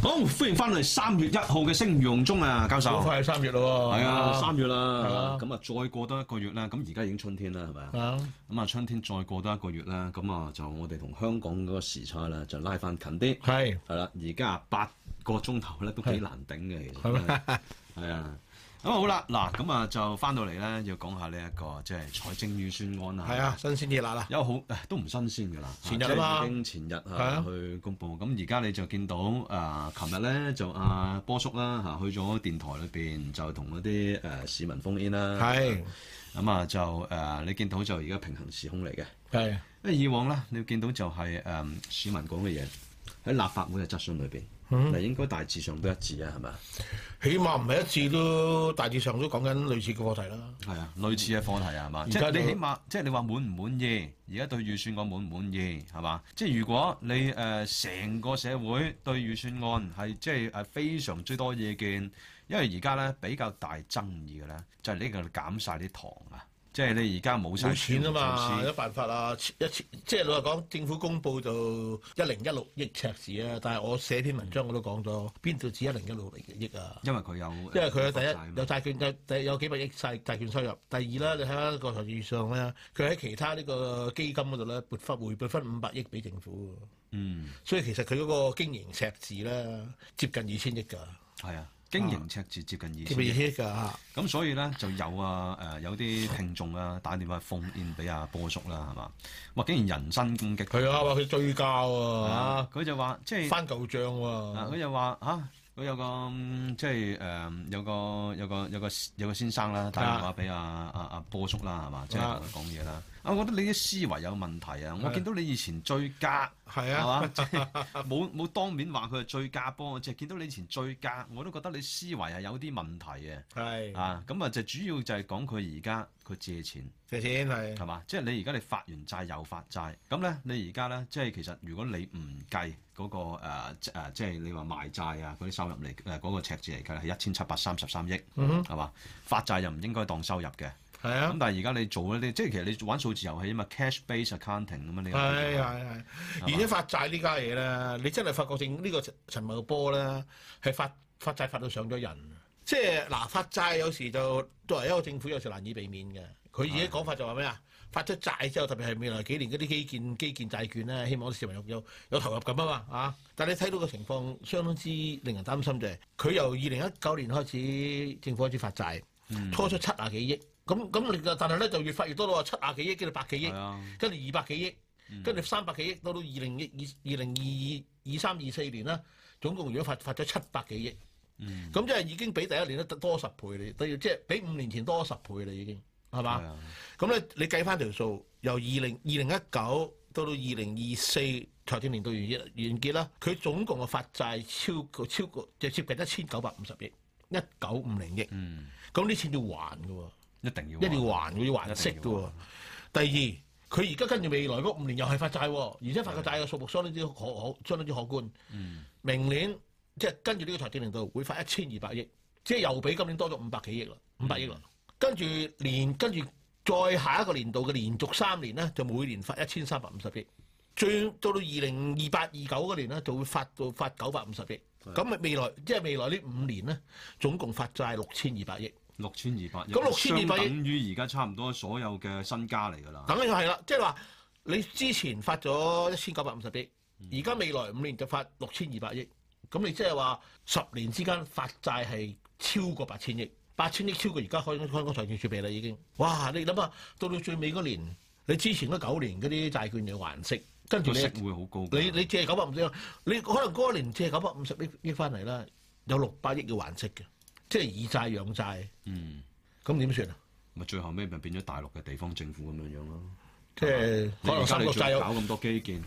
歡迎翻嚟三月一號嘅星如用中啊，教好授。快三月咯喎，係啊，三月係啦啊，咁啊再過多一個月啦，咁而家已經春天啦，係咪啊？啊，咁啊春天再過多一個月啦，咁啊就我哋同香港嗰個時差啦，就拉翻近啲。係係啦，而家啊八個鐘頭咧都幾難頂嘅，其實真係。係啊，咁好啦，嗱咁啊就翻到嚟咧，要講下呢一個即係財政預算案啊。係啊，，新鮮熱辣啦，有好誒都唔新鮮㗎啦，前日啊嘛即係已經前日啊啊去公佈，咁而家你就見到誒，琴日咧就阿波叔啦嚇去咗電台裏邊就同嗰啲誒市民封煙啦，係咁啊就誒你見到就而家平行時空嚟嘅，係因為以往咧你見到就係誒市民講嘅嘢喺立法會嘅質詢裏邊，嗯嗱應該大致上都一致啊，係咪啊？起碼唔係一次都大致上都講緊類似嘅課題啦。係啊，類似嘅課題啊，係嘛？而即家係你就起碼，即係你話滿唔滿意？而家對預算案滿唔滿意係嘛？即係如果你誒成、個社會對預算案係即係誒非常之多意見，因為而家咧比較大爭議嘅咧，就係呢個減晒啲糖啊！即係你而家冇晒冇錢啊紓嘛，緩措有施得辦法啊！一次即係老實講，政府公布就一零一六億赤字啊，但係我寫篇文章我都講咗，邊度止一零一六億啊？因為佢有因為佢有第誒一有債券有第有幾百億債債券收入，第二咧你睇下個財政預算咧，佢喺其他呢個基金嗰度咧撥忽回撥分五百億俾政府，嗯所以其實佢嗰個經營赤字咧接近二千億㗎，係啊，經營赤字接近二接千近億二千億㗎嚇咁所以咧就有啊誒、有啲聽眾啊打電話奉獻俾阿波叔啦係嘛？哇！竟然人身攻擊係啊，話佢醉駕啊喎佢就話即嚇，係翻舊帳啊，喎，佢就話嚇，啊佢有個嗯即係誒有個有個有個有個先生啦，打電話俾阿阿阿波叔啦，係嘛，即係啊同佢講嘢啦。啊，我覺得你啲思維有問題啊！我係見到你以前醉駕。係係啊，嘛？ 即係冇冇當面話佢係醉駕幫，即係見到你以前醉駕，我都覺得你思維係有啲問題嘅。係啊，咁啊就主要就係講佢而家佢借錢。借錢係係嘛？即係你而家你發完債又發債，咁咧你而家咧即係其實如果你唔計嗰個誒、呃即呃即係你話賣債啊嗰啲收入嚟誒嗰個赤字嚟計係一千七百三十三億，嗯哼係嘛、發債又唔應該當收入嘅。係啊咁。但係而家你做嗰啲，即係其實你玩數字遊戲啊嘛，cash base accounting 咁樣你有係做係啊。係，而且發債呢家嘢咧，你真係發覺正呢個陳陳茂波咧係發發債發到上咗人，即係嗱發債有時就作為一個政府有時難以避免嘅。佢而家講法就話咩啊？發咗債之後，特別係未來幾年嗰啲基建基建債券咧，希望啲市民有有有投入感啊嘛啊！但係你睇到個情況相當之令人擔心就係，佢由二零一九年開始，政府開始發債，嗯初出七啊幾億，咁咁你就但係咧就越發越多咯，七啊幾億跟住百幾億係。啊，跟住二百幾億，跟住三百幾億，到到二零二二零二二三二四年啦，總共如果發發咗七百幾億，嗯，咁即係已經比第一年咧多十倍你都要即係比五年前多十倍啦已經，係係嘛？啊，咁咧你計翻條數，由二零二零一九到到二零二四財政年度完結完結啦，佢總共嘅發債超過超過就接近一千九百五十億，一九五零億，嗯，咁呢錢要還㗎喎。一定要啊一還定要還，要還息嘅喎。第二，佢而家跟住未來嗰五年又係發債喎，而且發嘅債嘅數目相當之可可，相當之可觀。嗯明年即係跟住呢個財政年度會發一千二百億，即係又比今年多咗五百幾億啦，五百億啦。跟住連跟住再下一個年度嘅連續三年咧，就每年發一千三百五十億。最到到二零二八二九嗰年咧，就會發到發九百五十億。咁咪未來即係未來呢五年咧，總共發債六千二百億。六千二百億，咁相6200等於而家差唔多所有嘅身家嚟㗎啦。梗係係啦，即係話你之前發咗一千九百五十億，嗯而家未來五年就發六千二百億，咁你即係話十年之間發債係超過八千億，八千億超過而家香香港財政儲備啦已經。哇！你諗下，到到最尾嗰年，你之前嗰九年嗰啲債券要還息，跟住個你息會好高㗎。你你借九百五十億，你可能嗰一年借九百五十億億翻嚟啦，有六百億要還息嘅，即係以債養債，嗯。咁點算啊？咪最後尾咪變咗大陸嘅地方政府咁樣樣咯。即係你可而家能三你國仲債有搞。咁多基建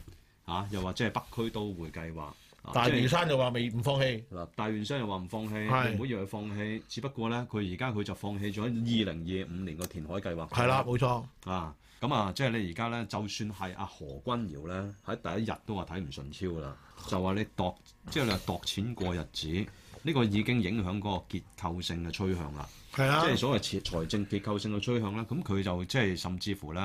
嚇、啊又或者係北區都會計劃，啊大即嶼係山就話未唔放棄，嗱大元商又話唔放棄，係你唔好以為佢放棄，只不過咧佢而家佢就放棄咗二零二五年個填海計劃。係啦，冇錯，啊，咁啊，即係你而家咧，就算係阿何君瑤咧，喺第一日都話睇唔順超啦，就話你度，即係你話度錢過日子，呢個已經影響嗰個結構性嘅趨向啦。係啊即，係所謂設財政結構性嘅趨向啦。咁佢就即係甚至乎咧，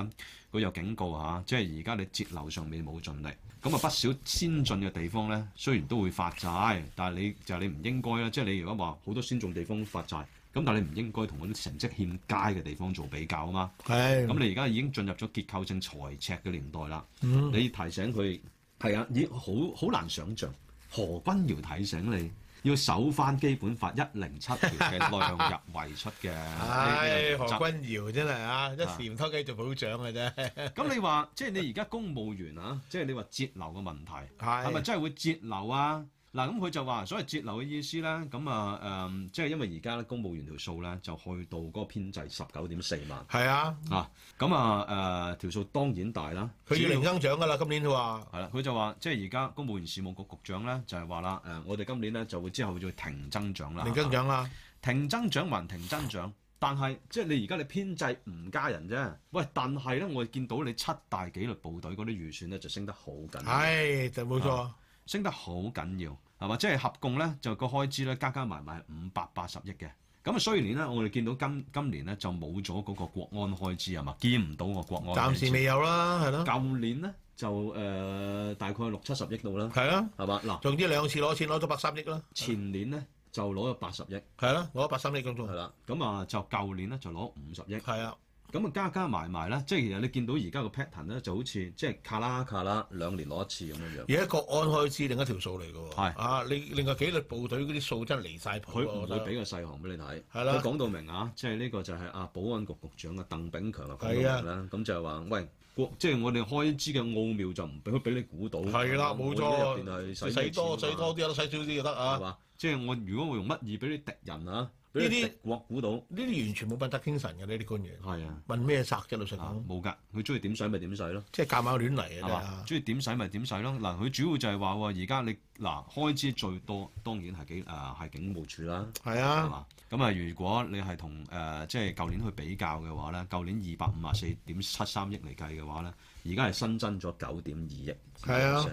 佢又警告嚇、即係而家你節流上面冇盡力，咁啊不少先進嘅地方咧，雖然都會發債，但係你就係你唔應該啦。即係你如果話好多先進地方發債，咁但係你唔應該同嗰啲成績欠佳嘅地方做比較啊嘛。係嗯咁你而家已經進入咗結構性財赤嘅年代啦。嗯你提醒佢係啊，已好好難想像何君瑤提醒你。要守翻基本法一零七條嘅量入為出 嘅呢唉，呢個何原則君堯真係啊，一時唔偷雞做保長嘅啫。咁你話即係你而家公務員啊，即係你話節流嘅問題係係咪真係會節流啊？嗱，咁佢就話，所謂節流嘅意思咧，咁啊誒，即係因為而家咧公務員條數咧就去到嗰個編制十九點四萬係啊，啊，咁啊誒條數當然大啦，佢只要要零增長㗎啦，今年佢話。係啦，佢就話即係而家公務員事務局局長咧就係話啦，誒、我哋今年咧就會之後就會停增長啦，零增長啦，停增長還停增長，但係即係你而家你編制唔加人啫，喂，但係咧我見到你七大紀律部隊嗰啲預算咧就升得好緊要，唉，就冇錯，升得好緊要，係嘛？即係合共咧就個開支咧加加埋埋係五百八十億嘅。咁啊，雖然咧，我哋見到今今年咧就冇咗嗰個國安開支係嘛，見唔到個國安開暫支。時未有啦，係咯，舊年咧就誒、呃大概六七十億度啦，係啊，係嘛？嗱。總之兩次攞錢攞咗百三億啦，前年咧就攞咗八十億，係啦，攞咗百三億咁仲係啦，咁啊就舊年咧就攞五十億，係啊，咁啊加加埋埋咧，即係其實你見到而家個 pattern 咧就好似即係卡啦卡啦兩年攞一次咁樣樣，而家國安開支另一條數嚟㗎係喎，啊，你另外紀律部隊嗰啲數真係離晒譜佢喎，唔我覺會得俾個細項俾你睇，係啦佢講到明啊，即係呢個就係啊保安局局長啊鄧炳強啊講到係啊明啦，咁就係話喂。國即係我哋開支嘅奧妙就唔俾佢俾你估到，係啦，冇每一入邊係錯，使你使多咩錢使啊多啲啦，使少啲就得啊係。嘛？即係我如果我用乜嘢俾你敵人啊，俾你呢啲敵國估到，呢啲完全冇問得精神嘅呢啲官員，係啊，問咩殺啫？老實啊講，冇㗎，佢中意點使咪點使咯。即係夾硬亂嚟嘅係嘛？啫。中意點使咪點使咯。嗱，佢主要就係話喎，而家你嗱開支最多，當然係警誒係警務處啦，係係啊，嘛？咁啊，如果你係同誒即係舊年去比較嘅話咧，舊年二百五啊四點七三億嚟計嘅話咧，而家係新增咗九點二億。係啊，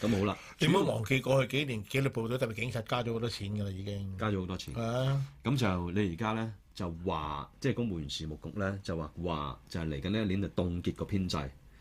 咁好啦，你唔好忘記過去幾年紀律部隊特別警察加咗好多錢㗎啦，已經。加咗好多錢係。啊，咁就你而家咧就話，即係公務員事務局咧就話話就係嚟緊呢一年就凍結個編制。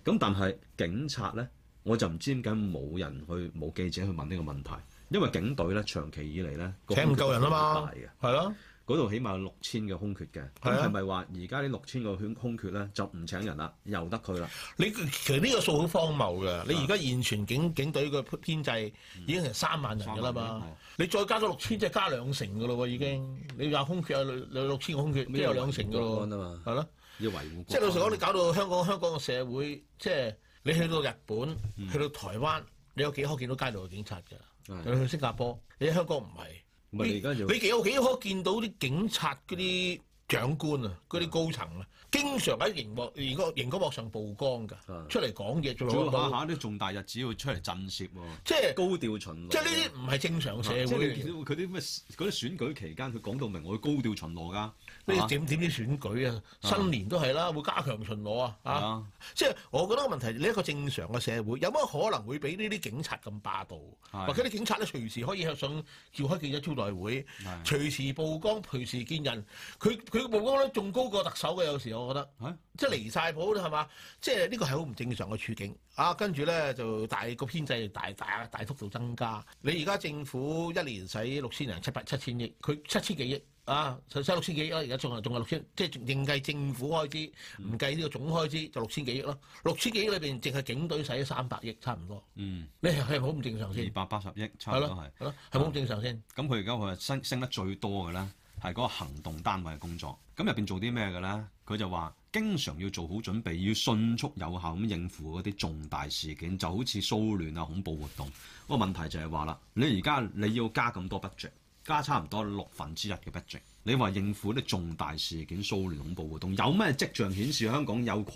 咁但係警察咧，我就唔知點解冇人去冇記者去問呢個問題，因為警隊咧長期以嚟咧個請唔夠人空缺都好啊嘛大嘅，係咯，嗰度起碼有六千嘅空缺嘅。咁係啊係咪話而家呢六千個空空缺咧就唔請人啦，由得佢啦？你其實呢個數好荒謬啊㗎。你而家現存警警隊嘅編制已經係三萬人㗎啊啦三萬嘛人係，啊嗯你再加咗六千，即係加兩成㗎咯喎，已經。你話空缺有六有六千個空缺，都有兩成㗎國咯安喎，啊嘛，係咯。要維護即係老實講，你你搞到香港香港嘅社會，即係你去到日本、嗯去到台灣，你有幾可見到街度嘅警察㗎？係你去新加坡，你喺香港唔唔係係。你而家要你幾有幾可見到啲警察嗰啲長官啊，嗰啲高層啊，經常喺熒幕、熒光、熒光幕上曝光係㗎，出嚟講嘢做仲老要啊下啊豆，下啲重大日子要出嚟震懾喎，即係高調巡邏。即係呢啲唔係正常嘅社啊即係會你見嚟到嘅。佢啲咩嗰啲選舉期間，佢講到明我要高調巡邏㗎，啊係你嘛點點啲選舉啊，新年都係啦，會加強巡邏啊，係啊！啊，即係我覺得個問題，你一個正常嘅社會，有乜可能會俾呢啲警察咁霸道？係或者啲警察咧隨時可以向上召開記者招待會，係隨時曝光，隨時見人。佢佢嘅曝光咧仲高過特首嘅，有時我覺得。係即係離晒譜啦，係嘛？即係呢個係好唔正常嘅處境啊！跟住咧就大個編制大大大幅度增加。你而家政府一年使六千零七百七千億，佢七千幾億啊，使使六千幾億啦。而家仲係仲係六千，即係仲認計政府開支，嗯唔計呢個總開支就六千幾億咯。六千幾億裏邊淨係警隊使咗三百億，差唔多。嗯，你係係咪好唔正常二先？百八十億差係唔咯多係。，係咯，係咪好唔正常先？咁佢而家佢升升得最多嘅咧，係嗰個行動單位嘅工作。咁入邊做啲咩嘅咧？佢就話經常要做好準備，要迅速有效咁應付嗰啲重大事件，就好似騷亂啊、恐怖活動。個問題就係話啦，你而家你要加咁多 budget，加差唔多六分之一嘅 budget。你話應付啲重大事件、騷亂、恐怖活動，有咩跡象顯示香港有好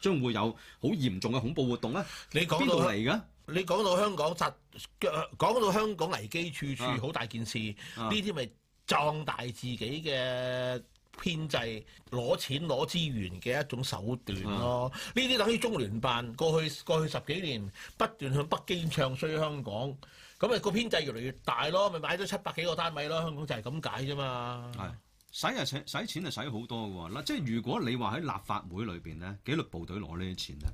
將會有好嚴重嘅恐怖活動咧？你講邊度到嚟嘅？你講到香港襲，講到香港危機處處啊好大件事，呢啊啲咪壯大自己嘅編制、攞錢攞資源嘅一種手段咯。啊呢啲等於中聯辦過去過去十幾年不斷向北京唱衰香港，咁啊個編制越嚟越大咯，咪買咗七百幾個單位咯。香港就係咁解啫嘛。係使啊使使錢就使好多嘅喎，嗱即係如果你話喺立法會裏邊咧，紀律部隊攞呢啲錢咧，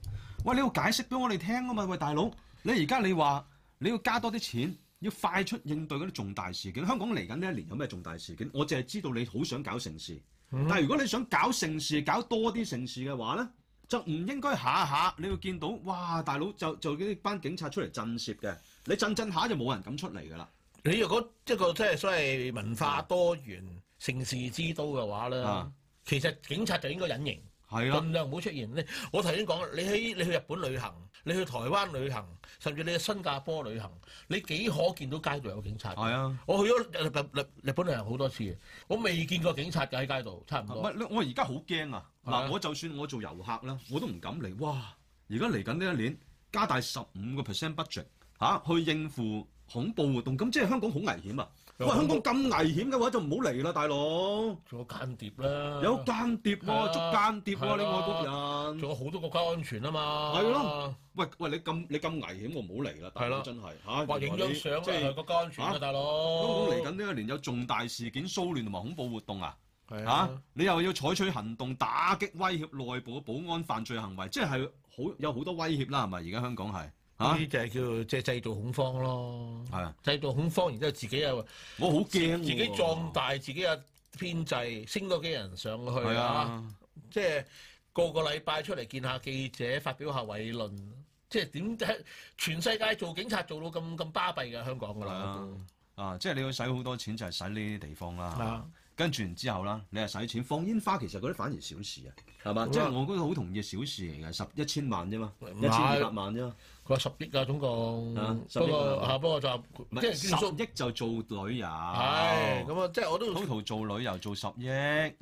喂你要解釋俾我哋聽啊嘛，喂大佬，你而家你話你要加多啲錢，要快速應對嗰啲重大事件，香港嚟緊呢一年有咩重大事件？我淨係知道你好想搞盛事，但係如果你想搞盛事，搞多啲盛事嘅話咧。就唔應該下下你會見到，哇！大佬就就呢班警察出嚟震懾嘅，你震震下就冇人敢出嚟㗎啦。你若果一個即係所謂文化多元、城市之都嘅話咧，啊其實警察就應該隱形，係啊啦，盡量唔好出現。你我頭先講，你喺你去日本旅行，你去台灣旅行，甚至你去新加坡旅行，你幾可見到街度有警察？係啊。我去咗日日日日本旅行好多次，我未見過警察嘅喺街度，差唔唔多。係，你我而家好驚啊！係啊嗱，我就算我做遊客啦，我都唔敢嚟。哇！而家嚟緊呢一年加大十五個 percent budget 嚇、去應付恐怖活動，咁即係香港好危險啊！喂，有恐香怖港咁危險嘅話就唔好嚟啦，大佬！仲有間諜啦，有間諜喎、啊係啊捉間諜喎、係啊你外國人。仲有好多國家安全啊嘛。係咯，喂喂，你咁你咁危險，我唔好嚟啦，大係佬啦真係嚇。話原影來張你相即啊，係係國家安全啊，啊大佬。香港嚟緊呢一年有重大事件、騷亂同埋恐怖活動啊！係嚇、你又要採取行動打擊威脅內部嘅保安犯罪行為，即係好有好多威脅啦，係咪？而家香港係嚇呢啲就係叫即係製造恐慌咯，啊係啊，哦製造恐慌，然之後自己又我好驚喎自己壯大自己嘅編制，升多幾人上去係啊！啊，即係個個禮拜出嚟見下記者，發表下偉論，即係點解全世界做警察做到咁咁巴閉嘅香港㗎係啦啊？啊，即係你要使好多錢就係使呢啲地方啦。啊，跟住然之後啦，你係使錢放煙花，其實嗰啲反而小事啊，係嘛？好啊即係我覺得好同意小事嚟嘅，十一千萬啫嘛，唔一係千二百萬啫嘛，佢話十億啊，總共啊十億不過啊啊，不過就唔即係係叫數十億就做旅遊，係咁啊，即係我都 total 做旅遊做十億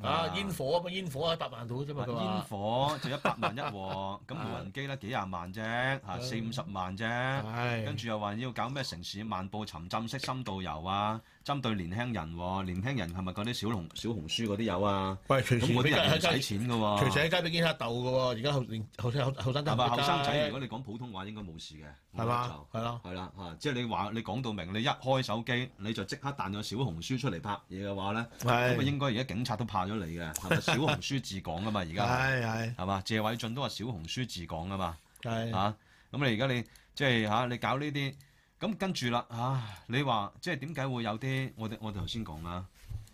啊煙火啊嘛，煙火啊一百萬到啫嘛，佢煙話火就一百萬一 鑊，咁無人機咧幾廿萬啫，啊嚇四五十萬啫，唉跟住又話要搞咩城市漫步沉浸式深度遊啊，針對年輕人喎，年輕人係咪嗰啲小紅小紅書嗰啲有啊？喂，隨咁嗰俾啲人人唔喺街 使錢噶喎，隨時喺街俾警察鬥嘅喎，而家後年後生後生仔係咪唔後會生仔？街如果你講普通話應該冇事嘅，我覺係得嘛就？係咯，係啦嚇，即係你話你講到明，你一開手機你就即刻彈咗小紅書出嚟拍嘢嘅話咧，咁啊係應該而家警察都怕咗你嘅， 係咪小紅書治港啊嘛？而家係係係嘛？謝偉俊都話小紅書治港啊嘛。係係啊，咁你而家你即係嚇、你搞呢啲，咁跟住啦啊，你話即係點解會有啲我哋我哋頭先講啦，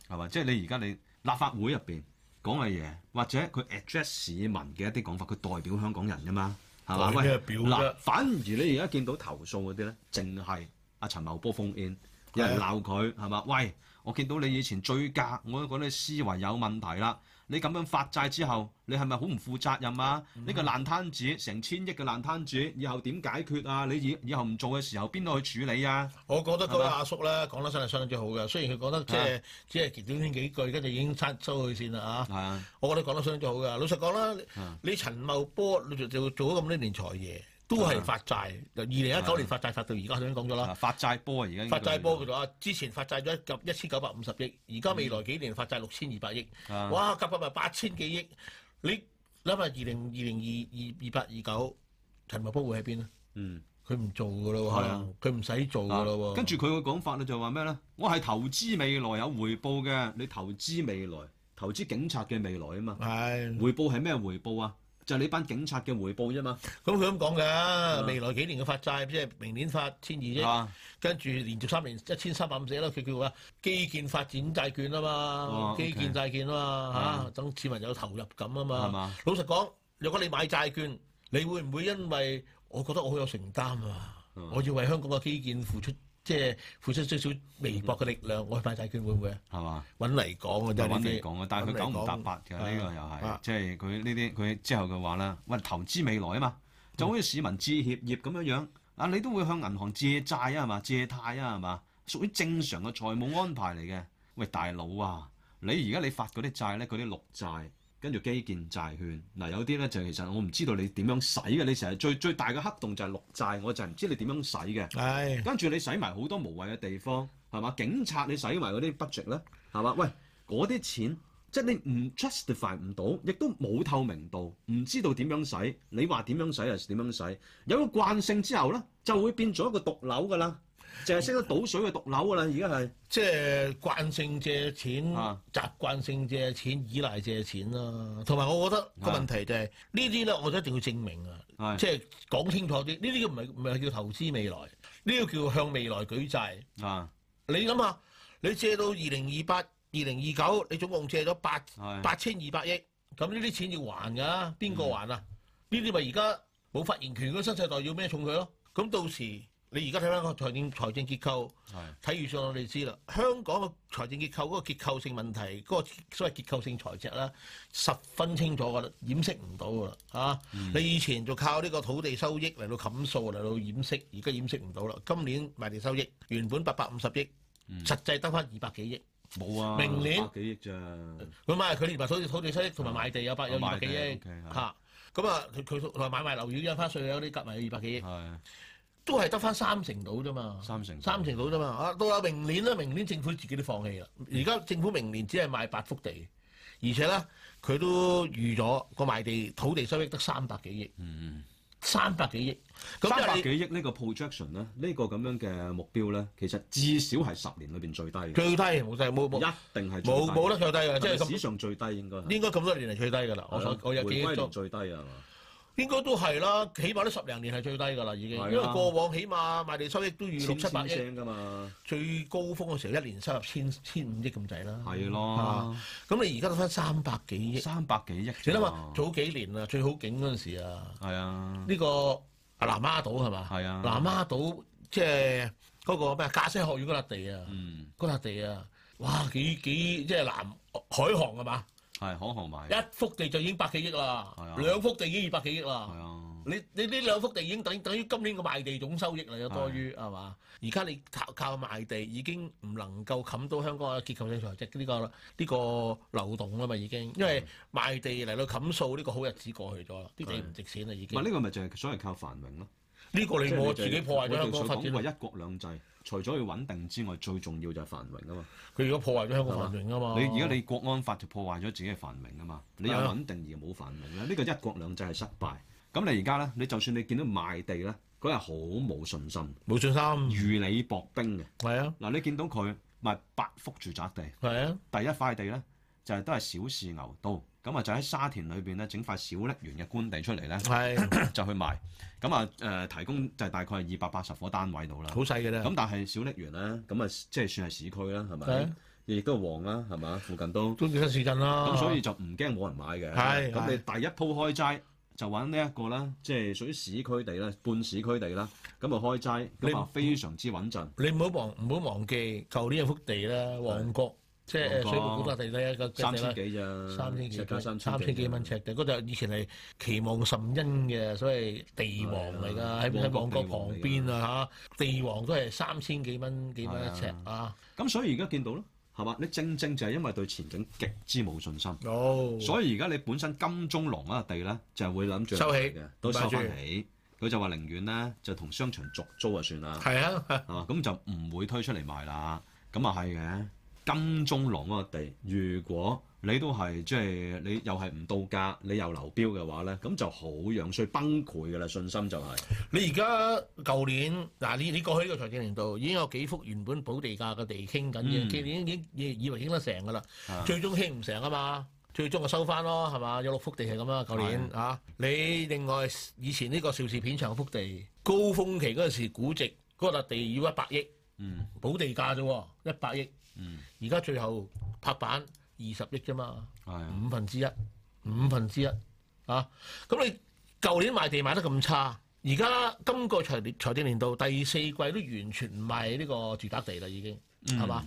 係嘛？即係你而家你立法會入邊講嘅嘢，或者佢 address 市民嘅一啲講法，佢代表香港人噶嘛，係嘛？代咩喂，表嗱啫，反而你而家見到投訴嗰啲咧，淨係阿陳茂波封 in，有人係啊鬧佢係嘛？喂，我見到你以前追價，我都覺得你思維有問題啦。你咁樣發債之後，你係咪好唔負責任啊？嗯呢、個爛攤子，成千億嘅爛攤子，以後點解決啊？你以以後唔做嘅時候，邊度去處理 啊？我覺得嗰位阿叔咧講得真係相當之好嘅，雖然佢講得即係只係短短幾句，跟住已經拆收佢線啦啊！係啊，我覺得講得相當之好嘅。老實講啦啊，你陳茂波你做做做咗咁多年財爺，都係發債，由二零一九年發債發到而家，頭先講咗啦。啊發債波啊，而家應該發債波佢就話，之前發債咗一千九百五十億，而家未來幾年發債六千二百億。嗯啊哇，夾夾埋八千幾億，你諗下二零二零二二二八二九，陳茂波會喺邊啊？嗯，佢唔做噶咯係啊喎，佢唔使做噶咯啊喎。跟住佢嘅講法咧就話咩咧？我係投資未來有回報嘅，你投資未來，投資警察嘅未來啊嘛。係，回報係咩回報啊？就係你班警察嘅回報啫嘛。咁佢咁講㗎，未來幾年嘅發債即係明年發千二億，啊，跟住連續三年一千三百五十億啦，佢叫話基建發展債券啊哦嘛，基建債券啊嘛啊嚇，等市民有投入感啊係嘛。嘛？老實講，如果你買債券，你會唔會因為我覺得我好有承擔啊？嗯我要為香港嘅基建付出，即係付出少少微薄嘅力量，我去買債券會唔會啊？係嘛？揾嚟講啊，真係揾呢嚟啲。講啊，但係佢九唔搭八嘅揾嚟講呢個又係啊，即係佢呢啲佢之後嘅話啦，喂投資未來啊嘛，就好似市民置協業咁樣樣啊，你都會向銀行借債啊係嘛，借貸啊係嘛，屬於正常嘅財務安排嚟嘅。喂大佬啊，你而家你發嗰啲債咧，嗰啲綠債。跟住基建債券嗱，有啲咧就其實我唔知道你點樣使嘅，你成日最最大嘅黑洞就係綠債，我就係唔知你點樣使嘅。唉，跟住你使埋好多無謂嘅地方，係嘛？警察你使埋嗰啲 budget 咧，係嘛？喂，嗰啲錢即係你唔 justify 唔到，亦都冇透明度，唔知道點樣使。你話點樣使就點樣使，有個慣性之後咧，就會變咗一個毒瘤噶啦，淨係識得倒水嘅毒瘤噶啦，而家係。即係慣性借錢、啊習慣性借錢、依賴借錢啦、同埋我覺得個問題就係、呢啲咧，我覺得一定要證明啊，係即係講清楚啲。呢啲唔係唔係叫投資未來，呢個叫向未來舉債。啊，你諗下，你借到二零二八、二零二九，你總共借咗八係八千二百億，咁呢啲錢要還㗎，邊個還啊？呢啲咪而家冇發言權嗰新世代要孭重佢咯？咁到時你而家睇翻個財政財政結構。係睇預算我哋知啦，香港嘅財政結構嗰個結構性問題，嗰、個所謂結構性財赤啦，十分清楚噶啦，掩飾唔到噶啦嚇。嗯你以前就靠呢個土地收益嚟到冚數嚟到掩飾，而家掩飾唔到啦。今年賣地收益原本八百五十億，實際得翻二百幾億。冇啊，明年百幾億咋？佢買佢連埋土地土地收益同哦埋賣地有百有二百幾賣億地，OK，係嚇。咁啊，佢佢同埋買埋樓宇印花税有啲夾埋有二百幾億，係都係得翻三成到啫嘛。三成。三成到啫嘛，啊到啊明年咧，明年政府自己都放棄啦。而家政府明年只係賣八幅地，而且咧佢都預咗個賣地土地收益得三百幾億，嗯。三百幾億。三咁百即係幾億呢個 projection 咧，呢個咁樣嘅目標咧，其實至少係十年裏邊最低你嘅，最低冇曬冇一冇定係最低冇冇得最低嘅，係即係咪咁史上最低應該係。應該咁多年嚟最低㗎啦。我係所咯我有回記歸憶年中，最低啊係嘛？應該都係啦，起碼都十零年係最低㗎啦已經，係啊因為過往起碼賣地收益都預六千七百千聲億，㗎嘛，最高峰嘅時候一年收入千千五億咁滯啦。係啊咯，咁你而家得翻三百幾億。三百幾億啫你諗下，嘛，早幾年啊，最好景嗰陣時啊，係啊，呢、個南丫島係嘛？係啊南丫島即係嗰個咩駕駛學院嗰笪地啊，嗯，嗰笪地啊，哇幾幾即係南海航係嘛？係可航埋，係一幅地就已經百幾億啦係啊，兩幅地已經二百幾億啦。啊，你你呢兩幅地已經等等於今年嘅賣地總收益嚟，有多於係嘛？而家你靠靠賣地已經唔能夠冚到香港嘅結構性財政呢個呢、個漏洞啦嘛，已經，因為賣地嚟到冚數呢個好日子過去咗啦，啲地唔值錢啦已唔係經。呢個咪就係所謂靠繁榮咯。呢個你即係我就係自己破壞咗香港發我哋所講展，話一國兩制，除咗要穩定之外，最重要就係繁榮啊嘛。佢如果破壞咗香港繁榮啊嘛。你而家你國安法就破壞咗自己嘅繁榮啊嘛，你有係啊穩定而冇繁榮咧，呢個一國兩制係失敗。咁你而家咧，你就算你見到賣地咧，佢係好冇信心，冇信心，係如履薄冰嘅。啊嗱，你見到佢賣八幅住宅地，係啊，第一塊地咧就係、都係小試牛刀，咁啊就喺沙田裏邊咧整塊小瀝源嘅官地出 嚟咧係就去賣，咁啊誒提供就係大概係二百八十伙單位度啦。好細嘅啦咁。但係小瀝源咧，咁啊即係算係市區啦，係係咪啊？亦都旺啦，係嘛？附近都中正新市鎮啦。咁，所以就唔驚冇人買嘅。哦係咁你第一鋪開齋就揾呢一個啦，即係屬於市區地啦，半市區地啦，咁啊開齋，咁啊非常之穩陣。你唔好忘唔好忘記，舊年有幅地啦，旺角即係水旺角庫嗰笪地咧，個三千幾幾咋？三千幾啊尺價三嗯三千幾蚊啫尺地，嗰度以前係期望甚恩嘅，所謂地啊王嚟㗎，喺喺旺角旁邊啊嚇，地王都係三千幾蚊幾蚊一尺啊，咁所以而家見到咯，係嘛？你正正就係因為對前景極之冇信哦心，有所以而家你本身金鐘廊嗰笪地咧，就係會諗住收起嘅，都買收住翻起。佢就話寧願咧就同商場續租就算啦，係啊， 係嘛？咁就唔會推出嚟賣啦。咁啊係嘅，金鐘廊嗰個地，如果你都係即係你又係唔到價，你又流標嘅話咧，咁就好樣衰崩潰㗎啦，信心就係、你而家舊年嗱，你你過去呢個財政年度已經有幾幅原本補地價嘅地傾緊嗯嘅，已經已經以以為傾得成㗎啦。啊最終興唔成啊嘛，最終就收翻咯，係嘛？有六幅地係咁啊，舊年啊，你另外以前呢個邵氏片場幅地，高峰期嗰陣時估值嗰笪地要一百億，嗯補地價啫喎，一百億，嗯，而家最後拍板二十億啫嘛，係啊五分之一，五分之一啊！咁你舊年賣地賣得咁差，而家今個財年財政年度第四季都完全唔賣呢個住宅地啦，已經嗯係嘛？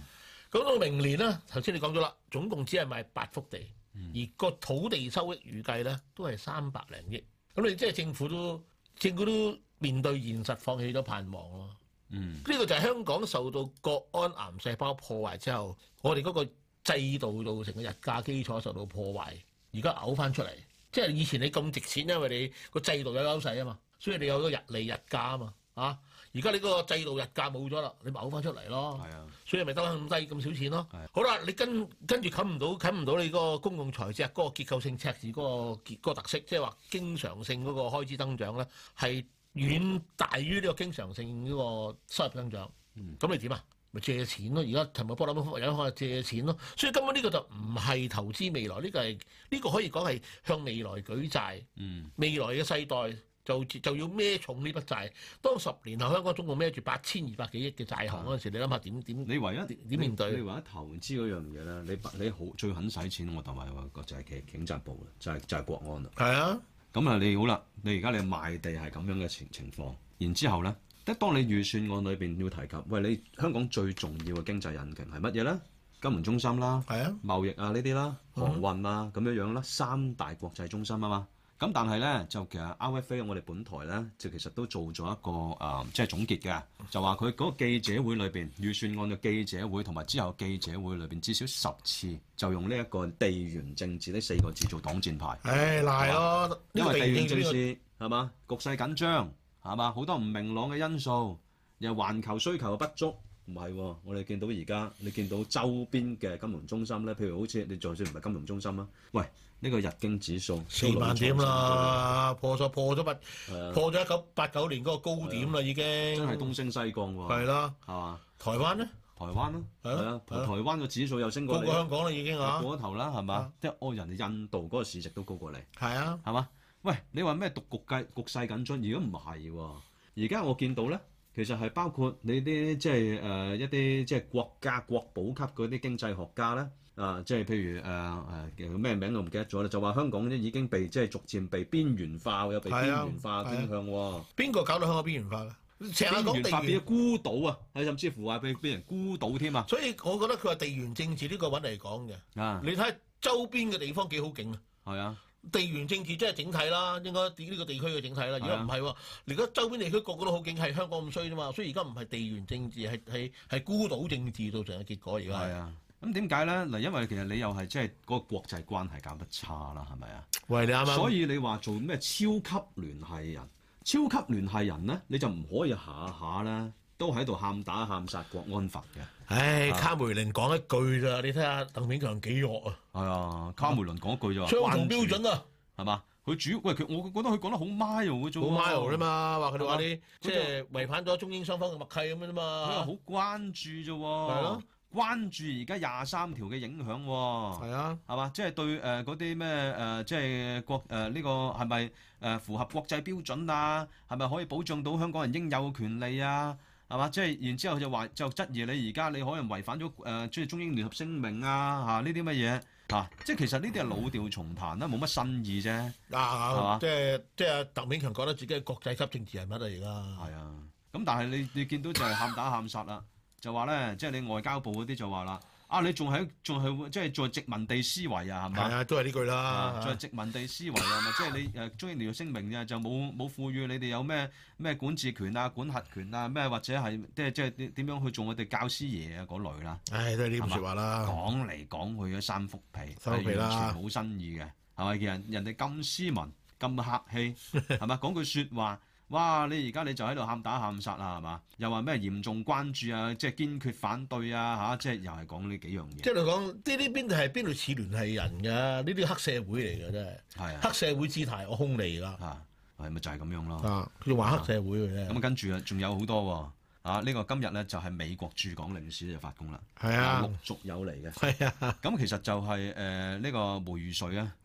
咁到明年咧，頭先你講咗啦，總共只係賣八幅地，而個土地收益預計咧都係三百零億。咁你即係政府都政府都面對現實，放棄咗盼望咯。嗯呢個就係香港受到國安癌細胞破壞之後，我哋嗰個制度造成嘅日價基礎受到破壞，而家嘔翻出嚟。即係以前你咁值錢，因為你個制度有優勢啊嘛，所以你有個日利日價啊嘛，啊！而家你嗰個制度日價冇咗啦，你咪嘔翻出嚟咯。係啊，所以咪得翻咁低咁少錢咯係。好啦，你跟跟住冚唔到，冚唔到你嗰個公共財政嗰個結構性赤字嗰、個結嗰個特色，即係話經常性嗰個開支增長咧，係遠大於呢個經常性嗰個收入增長。嗯咁、你點啊？咪借錢咯，而家陳茂波諗有可能借錢咯，所以根本呢個就唔係投資未來，呢、個係呢、個可以講係向未來舉債。嗯未來嘅世代就就要孭重呢筆債。當十年後香港總共孭住八千二百幾億嘅債項嗰陣時，你諗下點點？你唯一哦點點面對你你唯一投資嗰樣嘢咧，你不你好最肯使錢，我同埋話就係警警察部啦，就係、就係、國安啦。係啊，咁啊，你好啦，你而家你賣地係咁樣嘅情情況，然之後咧，即當你預算案裏邊要提及，喂，你香港最重要嘅經濟引擎係乜嘢咧？金融中心啦。係啊，貿易啊呢啲啦，航運啊咁樣樣啦，三大國際中心啊嘛。咁但係咧，就其實 RFA 我哋本台咧，就其實都做咗一個誒、呃即係總結嘅，就話佢嗰個記者會裏邊預算案嘅記者會，同埋之後記者會裏邊至少十次就用呢一個地緣政治呢四個字做擋箭牌。唉賴咯，呢因個為地地緣政緣政治治係嘛，局勢緊張係嘛，好多唔明朗嘅因素，又環球需求不足。唔係喎，我哋見到而家你見到周邊嘅金融中心咧，譬如好似你就算唔係金融中心啦，喂，呢、個日經指數四萬點，啊啦，破咗破咗物，係啊破咗一九八九年嗰個高點啦，已經真係東升西降係喎，啦，係嘛？台灣咧台灣啦，係係啊啊，台係啊台灣個指數又升高過過你，香港啦，已經啊，過咗頭啦，係嘛啊？即係哦，人哋印度嗰個市值都高過你。係啊，係嘛？喂，你話咩獨局計局勢緊張？而家唔係喎，而家我見到咧，其實係包括你啲即係誒一啲即係國家國寶級嗰啲經濟學家咧，啊、即係譬如誒誒、呃叫咩名我唔記得咗啦，就話香港咧已經被即係逐漸被邊緣化，有被邊係啊緣化傾向喎。邊個搞到香港邊緣化㗎？成日邊緣講化地緣變咗。孤島啊，係甚至乎話被俾人孤島添啊！所以我覺得佢話地緣政治呢個揾嚟講嘅，啊，你睇下周邊嘅地方幾好景啊！係啊，地緣政治即係整體啦，應該呢個地區嘅整體啦。而係啊家唔係喎，而家周邊地區個個都好景，係香港咁衰啫嘛。所以而家唔係地緣政治，係係係孤島政治造成嘅結果。而家係係啊。咁點解咧？嗱，因為其實你又係即係嗰個國際關係搞得差啦，係咪啊？喂，你啱所以你話做咩超級聯繫人？超級聯繫人咧，你就唔可以下下咧都喺度喊打喊殺國安法嘅。唉，卡梅倫講一句咋？你睇下鄧炳強幾惡啊！係啊，卡梅倫講一句就話雙重關注標準啊，係嘛？佢主要喂佢，我覺得佢講得好 mile 嗰種好喎 mile 啫。嘛，話佢哋係話你即係違反咗中英雙方嘅默契咁樣啫佢話好嘛。關注啫係喎咯，關注而家廿三條嘅影響喎。係啊，係嘛？即係對誒嗰啲咩誒，即係國誒呃呢、個係咪誒符合國際標準啊？係咪可以保障到香港人應有嘅權利啊？係嘛？即係然之後就話就質疑你而家你可能違反咗誒、呃即係中英聯合聲明啊嚇呢啲乜嘢嚇？即係其實呢啲係老調重彈啊啦，冇乜新意啫。嘛嗱，啊即係即係鄧炳強覺得自己係國際級政治人物啊！係啊，咁但係你你見到就係喊打喊殺啦，就話咧，即係你外交部嗰啲就話啦，啊你仲喺仲係即係在殖民地思維啊係而嘛家係？啊，都係呢句啦啊，。在殖民地思維啊，咪即係 你誒中英聯合聲明啊，就冇冇賦予你哋有咩咩管治權啊、管轄權啊，咩或者係即係即係點點樣去做我哋教師爺啊嗰類啦，唉，都係係呢啲嘛説話啦。講嚟講去都三幅皮，啊三幅皮係完啦全冇新意嘅，係咪？人人哋咁斯文、咁客 氣，係咪？講句説話。哇！你而家你就喺度喊打喊殺啦，係嘛？又話咩嚴重關注啊，即係堅決反對啊，嚇、即係又係講呢幾樣即嘢，係你講呢啲邊度係邊度似聯繫人㗎？呢啲黑社會嚟㗎真係，係啊，黑社會姿態我兇你㗎。嚇係咪就係咁樣咯？啊，佢仲話黑社會嘅咁啫。跟住啊，仲有好多喎。啊！呢、個今日咧就係美國駐港領事就發功啦，係啊啊陸，續有嚟嘅。係啊，咁其實就係誒呃呢個梅雨水啊，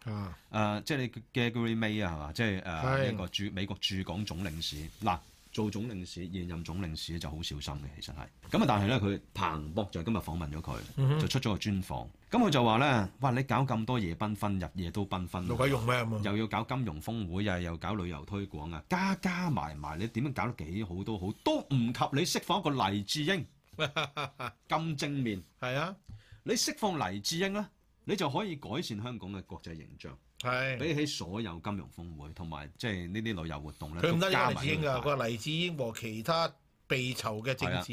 啊，誒、即係你嘅 Gary May 啊，係嘛？即係誒係呢個駐美國駐港總領事嗱、做總領事現任總領事就好小心嘅，其實係咁啊。但係咧，佢彭博就今日訪問咗佢，嗯就出咗個專訪。咁佢就話咧：，哇！你搞咁多夜繽紛，日夜都繽紛啊，老鬼用咩咁啊？又要搞金融峰會啊，又搞旅遊推廣啊，加加埋埋你點樣搞得幾好都好，都唔及你釋放一個黎智 英咁正面。係啊，你釋放黎智英咧，你就可以改善香港嘅國際形象。係。比起所有金融峰會同埋即係呢啲旅遊活動咧，佢唔都單止加黎埋智英㗎，呢個佢話黎智英和其他被囚嘅政治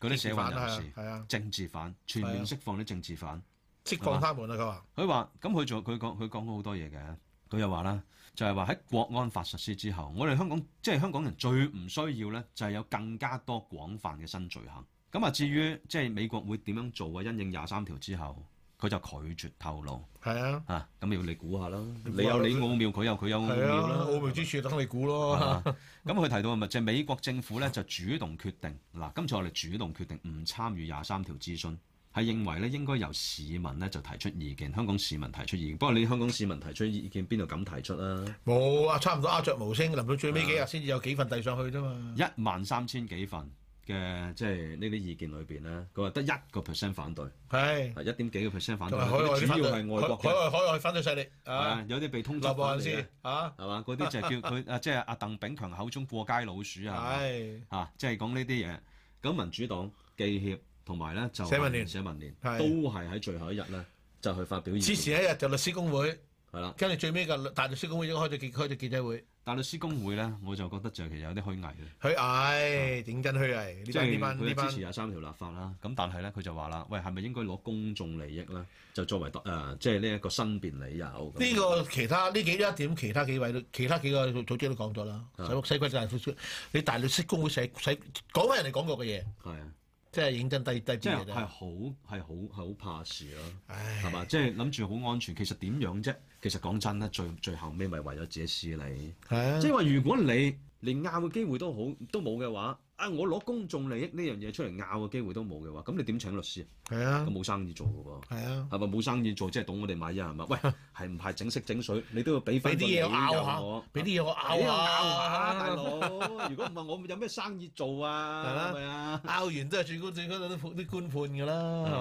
嗰啲社運係人啊士、係啊，政治犯，全面釋放啲政治犯。釋放他們啦。佢話佢話：咁佢做佢講佢講咗好多嘢嘅。佢都有話啦，就係話喺國安法實施之後，我哋香港即係香港人最唔需要咧，就係有更加多廣泛嘅新罪行。咁啊，至於即係美國會點樣做啊？因應廿三條之後，佢就拒絕透露係啊，啊。咁要你估下啦，估你下有你奧妙，佢有佢有奧係妙啊，啦。奧妙之處等你估咯。啊咁佢提到嘅咪即係美國政府咧就主動決定嗱，今次我哋主動決定唔參與廿三條諮詢，係認為咧應該由市民咧就提出意見，香港市民提出意見。不過你香港市民提出意見，邊度敢提出啊？冇啊，差唔多鴉雀無聲，臨到最尾幾日先至有幾份遞上去啫嘛。一萬三千幾份嘅即係呢啲意見裏邊咧，佢話得一個 percent 反對，係，係一點幾個 percent 反對，同埋海外嗰啲啲反啊主對，要係外國海嘅，外海外反對勢力係啊，啊有啲被通立緝案翻嚟先嘅，啊，係嘛？嗰啲就係叫佢啊，即係阿鄧炳強口中過街老鼠啊。係啊，即係講呢啲嘢。咁民主黨、記協同埋咧就社民連社民聯係都係喺最後一日咧就去發表意之見，前一日就律師公會，係啦。跟住最尾嘅大律師公會已經開咗記開咗記者會，但律師公會咧，我就覺得就其實有啲虛偽嘅，虛偽，認真虛偽，呢啊即班係呢班呢佢支持班廿三條立法啦。咁但係咧，佢就話啦，喂，係咪應該攞公眾利益咧，就作為誒、呃即係呢一個申辯理由咁？呢個其他呢幾一點，其他幾位都其他幾個組織都講咗啦，啊使使鬼大律師，你大律師公會使使講翻人哋講過嘅嘢，係啊，即係認真低低即啲係嘅係啫，好係好係好怕事咯。唉係嘛？即係諗住好安全，其實點樣啫？其實講真咧，最最後尾咪為咗自己私利。係啊即係話，如果你連拗嘅機會都好都冇嘅話，啊，我攞公眾利益呢樣嘢出嚟拗嘅機會都冇嘅話，咁你點請律師啊？係啊咁冇生意做嘅喎，係啊。係咪冇生意做即係賭我哋買嘢係咪？ 喂，係唔係整色整水？你都要俾俾翻啲嘢我個理由我拗啊下，俾啲嘢我俾拗我下，拗下，大佬。如果唔係，我有咩生意做係啊？啦係咪啊？拗完都係最高最高都啲官判㗎啦，係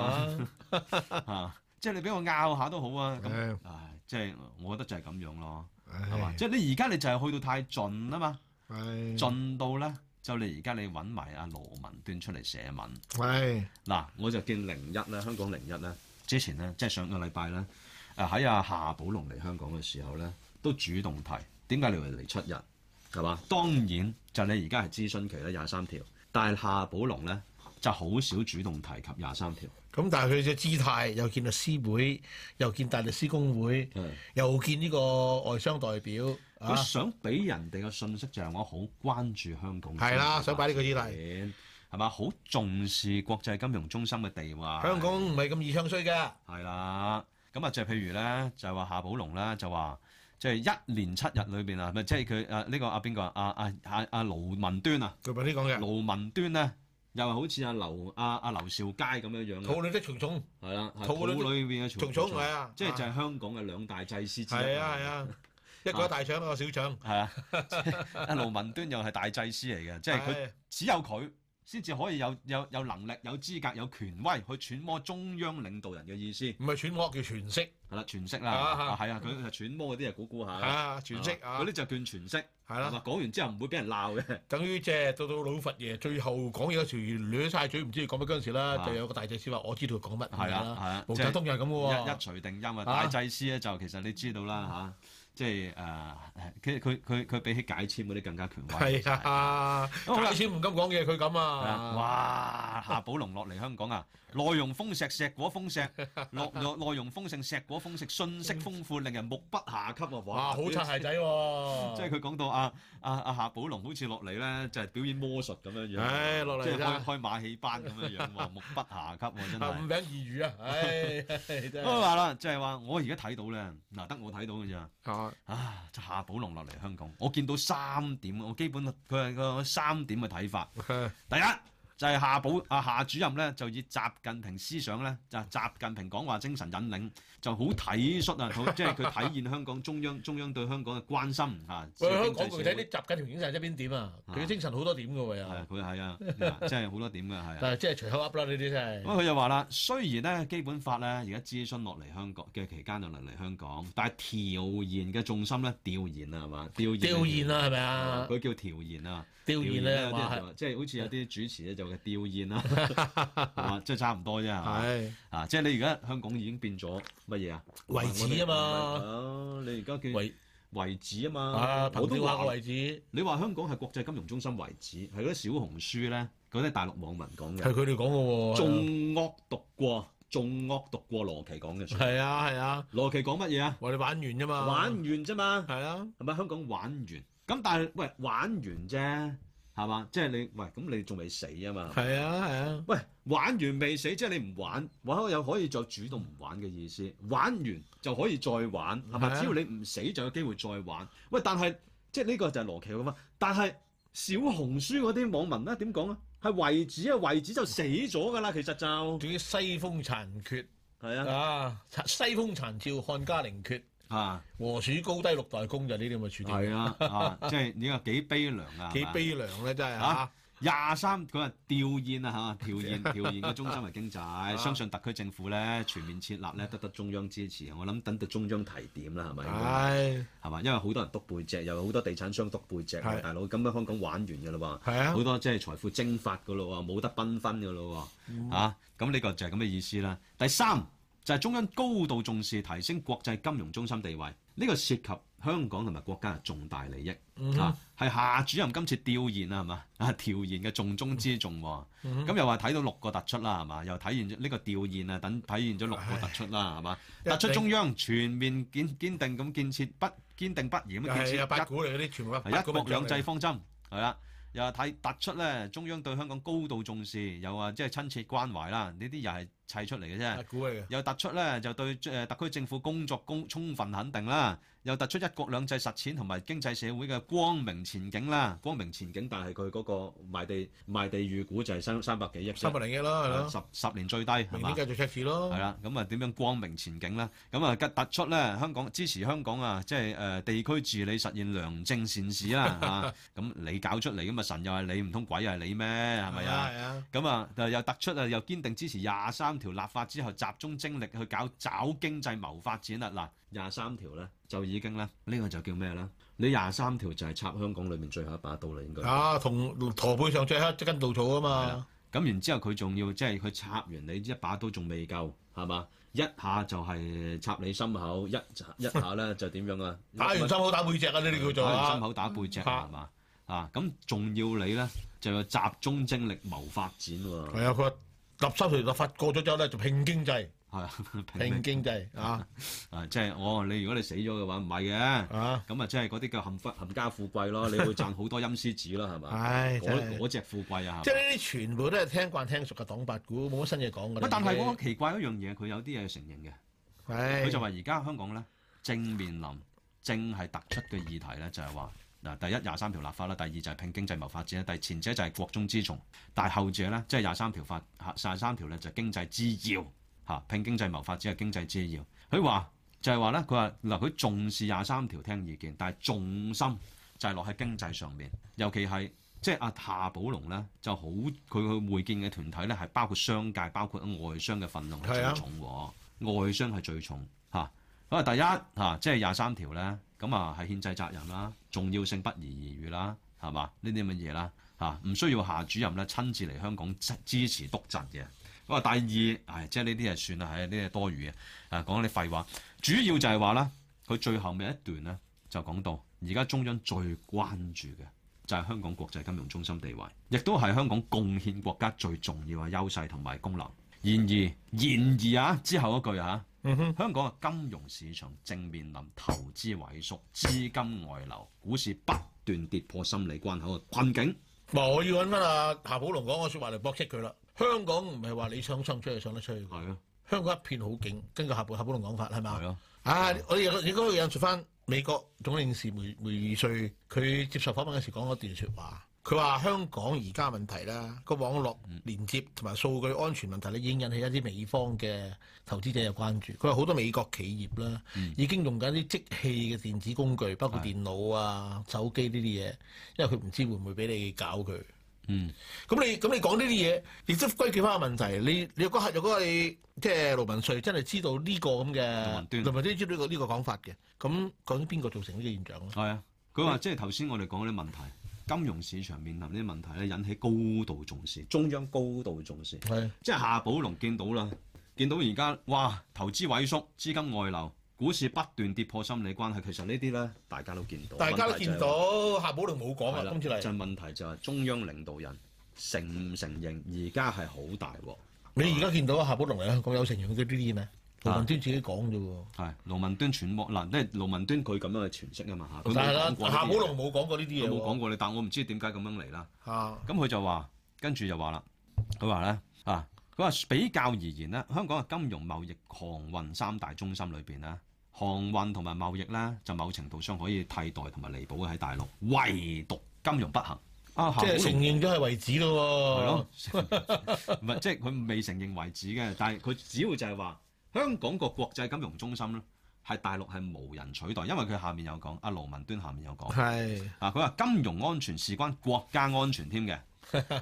嘛？ 啊，即係你俾我拗下都好啊。咁唉唉，即係我覺得就係咁樣咯，係係嘛？？即係你而家你就係去到太盡啊嘛。係進到咧，就你而家你揾埋阿羅文端出嚟寫文係嗱，我就見零一咧，香港零一咧，之前咧，即係上個禮拜咧，誒喺阿夏寶龍嚟香港嘅時候咧，都主動提點解你會嚟出日係嘛？當然就你而家係諮詢期啦，廿三條，但係夏寶龍咧就好少主動提及廿三條，咁，但係佢嘅姿態又見律師會，又見大律師公會，又見呢個外商代表佢嗯啊，想俾人哋嘅信息就係我好關注香港嘅係啦經濟想擺呢個發姿展係嘛，好重視國際金融中心嘅地位，香港唔係咁易唱衰㗎，係啦，咁啊就係譬如咧，就係話夏寶龍啦，就話即係一連七日裏邊啊，咪即係佢誒呢個啊邊個啊啊啊啊盧文端啊，佢咪啲講嘅，盧文端咧又係好似阿劉啊阿阿劉兆佳咁樣樣嘅，肚裏的蟲蟲，係啦，係肚肚裏裏邊嘅蟲蟲係啊，即係就係香港嘅兩大祭司之一。係啊係。啊，一個大腸一個小腸，係啊， 阿盧文端又係大祭司嚟嘅，即係佢係啊只有佢先至可以有有有能力、有資格、有權威去揣摩中央領導人嘅意思。唔係揣摩叫詮釋係啦，詮釋啦，啊啊係啊，佢就揣摩嗰啲係估估下啦，啊，詮釋啊嗰啲，啊就叫詮釋，係係啦嘛？。講完之後唔會俾人鬧嘅，等於即係到到老佛爺最後講嘢嗰時，攣晒嘴唔知佢講乜嗰陣時啊啦，就有個大祭司話：我知道佢講乜。係咁樣 啊係啊，毛即澤係東又係咁一一嘅錘定音啊！啊大祭司咧就其實你知道啦吓，即係誒，佢佢佢佢比起解簽嗰啲更加權威。喎。係啊，好啦解先唔敢講嘢，佢咁係啊啊。哇！夏寶龍落嚟香港啊，內容豐碩，碩果豐碩，內內內容豐盛，碩果豐盛，信息豐富，令人目不暇給啊！哇！好擦鞋仔喎。即係佢講到啊啊啊夏寶龍好似落嚟咧，就係表演魔術咁樣樣。唉落嚟即係開啦開馬戲班咁樣樣 喎，目不暇給喎，真啊五係。餅二魚啊！唉，真不過係話啦，即係話我而家睇到咧，嗱得我睇到嘅咋。啊啊，就夏寶龍落嚟香港，我見到三點，我基本佢係個三點嘅睇法。第一就係夏寶啊夏主任咧，就以習近平思想咧，就係習近平講話精神引領，就好體恤啊，好即係佢體現香港中央中央對香港嘅關心嚇。喂，社會經香濟港具社體會啲習近平精神一邊點啊？佢嘅精神好多點嘅喎係啊又，佢係啊，嗱真係好多點嘅 係啊。但係即係隨口噏啦，呢啲真咁係。佢就話啦，雖然咧基本法咧而家諮詢落嚟香港嘅期間就落嚟香港，但係調研嘅重心咧調研啊係嘛？調研調研啦，係咪啊？佢叫調研啊，調研咧咧有啲人就話話即係好似有啲主持咧就叫調研 啦，係嘛？即係差唔多啫係嘛？係啊，即係你而家香港已經變咗乜嘢啊？位置啊嘛，啊，你而家叫位遺址啊啊嘛，我都憑吊下個話位置。你話香港係國際金融中心遺址，係嗰啲小紅書咧，嗰啲大陸網民講嘅啊係。佢哋講嘅喎，仲惡毒過仲惡毒過羅奇講嘅説話。係啊係啊，羅奇講乜嘢啊？我哋玩完啫嘛，玩完啫嘛，係啊，係咪香港玩完？咁但係喂玩完啫，係嘛？即係你喂咁你仲未死啊嘛？係啊係啊，喂，玩完未死，即係你唔玩，玩又可以再主動唔玩嘅意思，玩完就可以再玩，係係咪？啊只要你唔死就有機會再玩。喂，但係即係呢個就係羅奇咁啊！但係小紅書嗰啲網民咧點講啊？係為止啊，為止就死咗㗎啦，其實就仲要西風殘缺係啊啊，西風殘照漢家陵缺，啊和鼠高低六代公就呢啲咁嘅處境，係啊 啊！即係你話幾悲涼啊？係幾嘛悲涼咧真係啊啊！廿三佢話吊唁 啊嚇，吊唁吊唁嘅中心係經啊濟，相信特區政府咧全面設立咧得得中央支持，我諗等到中央提點啦，係咪？唉，係嘛？因為好多人篤背脊，又有好多地產商篤背脊，啊係大佬咁樣香港玩完㗎啦喎，係啊好多即係財富蒸發㗎咯喎，冇得繽紛㗎咯嗯喎，嚇咁呢個就係咁嘅意思啦。第三就係、中央高度重視提升國際金融中心地位，呢、個涉及香港同埋國家嘅重大利益嗯嚇，係、夏主任今次調研啊，係嘛啊調研嘅重中之重喎、嗯咁又話睇到六個突出啦，係嘛？又體現咗呢個調研啊，等體現咗六個突出啦，係嘛？一定突出中央全面堅堅定咁建設不堅定不移咁建設係啊，八一股嚟嗰啲全部係八一股國文章兩嚟制方針，係啦。又話睇突出咧，中央對香港高度重視，又話即係親切關懷啦，呢啲又係砌出嚟嘅啫八。股嚟嘅。又突出咧就對誒特區政府工作公充分肯定啦，又突出一國兩制實踐同埋經濟社會嘅光明前景啦，光明前景，但係佢嗰個賣地賣地預估就係三三百幾億啫，三百零一啦，係咯，十十年最低係明嘛年？繼續赤字係咯，啦，咁啊點樣光明前景咧？咁啊突出咧香港支持香港啊，即係誒、呃地區治理實現良政善治啦嚇。咁、你搞出嚟咁啊神又係你，唔通鬼又係你咩？係咪啊？係啊，咁啊，就又突出啊，又堅定支持廿三條立法之後，集中精力去搞找經濟謀發展啦。嗱，廿三條咧就已經咧，呢、個就叫咩咧？你廿三條就係插香港裏面最後一把刀啦，應該。啊，同駝背上最黑即根稻草啊係嘛啦，咁然之後佢仲要即係佢插完你一把刀仲未夠，係嘛？一下就係插你心口，一一下咧就點樣啊？ 打完心口打背脊啊，呢啲叫做打完心啊，口打背脊嗯係嘛？啊，咁仲要你咧就要集中精力謀發展喎，係啊，佢話立三條立法過咗之後咧，就拼經濟，係啊， 拼命拼經濟啊啊！即係我你如果你死咗嘅話，唔係嘅。啊，咁啊，即係嗰啲叫冚富冚家富貴 咯，你會賺好多陰司紙啦，係嘛？唉，真嗰係嗰只富貴啊，即係係嘛呢啲全部都係聽慣聽熟嘅黨八股，冇乜新嘢講㗎啦喂。但係已我經奇怪一樣嘢，佢有啲嘢承認嘅。唉佢就話而家香港咧正面臨正係突出嘅議題咧，就係話嗱，第一廿三條立法啦，第二就係拼經濟謀發展啦，第前者就係國中之重，但係後者咧即係廿三條法廿三條咧就係經濟之要嚇，拼經濟謀發展係經濟之要。佢話就係話咧，佢話嗱，佢重視廿三條聽意見，但係重心就係落喺經濟上面，尤其係。即係阿夏寶龍咧，就好佢去會見嘅團體咧，係包括商界、包括嗯外商嘅份量係係啊最重喎，外商係最重嚇。咁啊，第一嚇、即係廿三條咧，咁啊係憲制責任啦，重要性不宜而喻啦，係嘛？呢啲咁嘅嘢啦嚇，唔需要夏主任咧親自嚟香港支支持督陣嘅。咁啊，第二，唉，即係呢啲係算啦，係呢啲係多餘嘅，啊講啲廢話。主要就係話啦，佢最後尾一段咧就講到，而家中央最關注嘅就係香港國際金融中心地位，亦都係香港貢獻國家最重要嘅啊優勢同埋功能。然而，然而啊，之後一句啊。嗯哼，香港嘅金融市場正面臨投資萎縮、資金外流、股市不斷跌破心理關口嘅困境。嗱，我要揾翻阿夏寶龍講嘅説話嚟駁斥佢啦。香港唔係話你想上出去上得出去㗎，係啊，香港一片好景，根據夏寶夏寶龍講法係嘛係？啊，啊！我哋亦都引述翻美國總領事梅梅爾瑞，佢接受訪問嗰時講嗰段説話，佢話香港而家問題啦，個網絡連接同埋數據安全問題咧，已經引起一啲美方嘅投資者嘅關注。佢話好多美國企業啦，已經用緊啲即棄嘅電子工具，包括電腦啊、手機呢啲嘢，因為佢唔知會唔會俾你搞佢。嗯，咁你咁你講呢啲嘢，亦都歸結翻個問題。你你嗰刻如果你即係盧文瑞真係知道呢個咁盧文嘅端盧文端知道呢個呢個講法嘅，咁究竟邊個造成呢個現象咧？係啊。佢話即係頭先我哋講嗰啲問題，金融市場面臨呢啲問題咧，引起高度重視，中央高度重視。係即係夏寶龍見到啦，見到而家哇投資萎縮、資金外流、股市不斷跌破心理關係，其實呢啲咧大家都見到，大家都問題就見係話到夏寶龍冇講係啊，啦今次就嚟係問題就係中央領導人承唔承認，而家係好大鑊。你而家見到夏寶龍嚟香港有成用嗰啲啲啊咩？陶文端自己講啫喎。係盧文端揣摩嗱，即係盧文端佢咁樣去詮釋啊嘛嚇。但佢係冇啦講，過呢啲嘢夏寶龍冇講過呢啲嘢佢喎。冇講過你，但我唔知點解咁樣嚟啦。啊咁佢就話，跟住就話啦，佢話咧啊，佢話比較而言咧，香港嘅金融、貿易、航運三大中心裏邊咧，航運同埋貿易咧，就某程度上可以替代同埋彌補喺大陸，唯獨金融不行。啊，即夏寶係龍承認咗係為止係咯咯， 唔係即係佢未承認為止嘅，但係佢只要就係話香港個國際金融中心咧，係大陸係無人取代，因為佢下面有講，阿盧文端下面有喎。講，係啊佢話金融安全事關國家安全添嘅，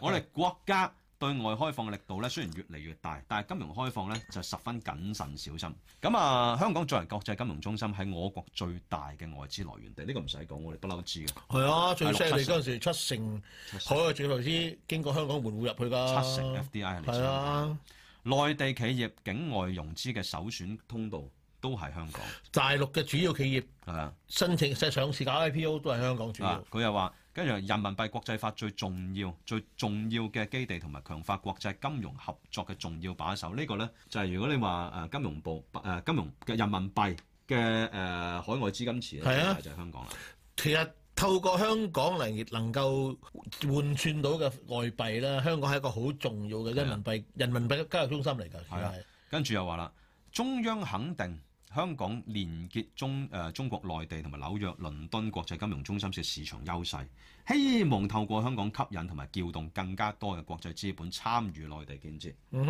我哋國家對外開放嘅力度咧雖然越嚟越大，但係金融開放咧就十分謹慎小心。咁啊，香港作為國際金融中心，係我國最大嘅外資來源地，呢、個唔使講，我哋不嬲知嘅，係啊，最犀係利六七成嗰陣時七成啊海外轉投資經過香港門戶入去㗎。七成 FDI 係嚟自係香港啊，內地企業境外融資嘅首選通道都係香港，大陸嘅主要企業係啊，申請即係上市搞 IPO 都係香港主啊要。佢又話，跟住人民幣國際法最重要、最重要嘅基地同埋強化國際金融合作嘅重要把手，呢、個呢，就係、如果你話誒金融部誒、金融嘅人民幣嘅誒、海外資金池咧，係啊最大就係香港啦，其實透過香港嚟能夠換算到嘅外幣咧，香港係一個好重要嘅人民幣人民幣交易中心嚟㗎。其實啊係啊係跟住又話啦，中央肯定。香港連結中誒、呃中國內地同埋紐約、倫敦國際金融中心嘅市場優勢，希望透過香港吸引同埋撬動更加多嘅國際資本參與內地建設。嗯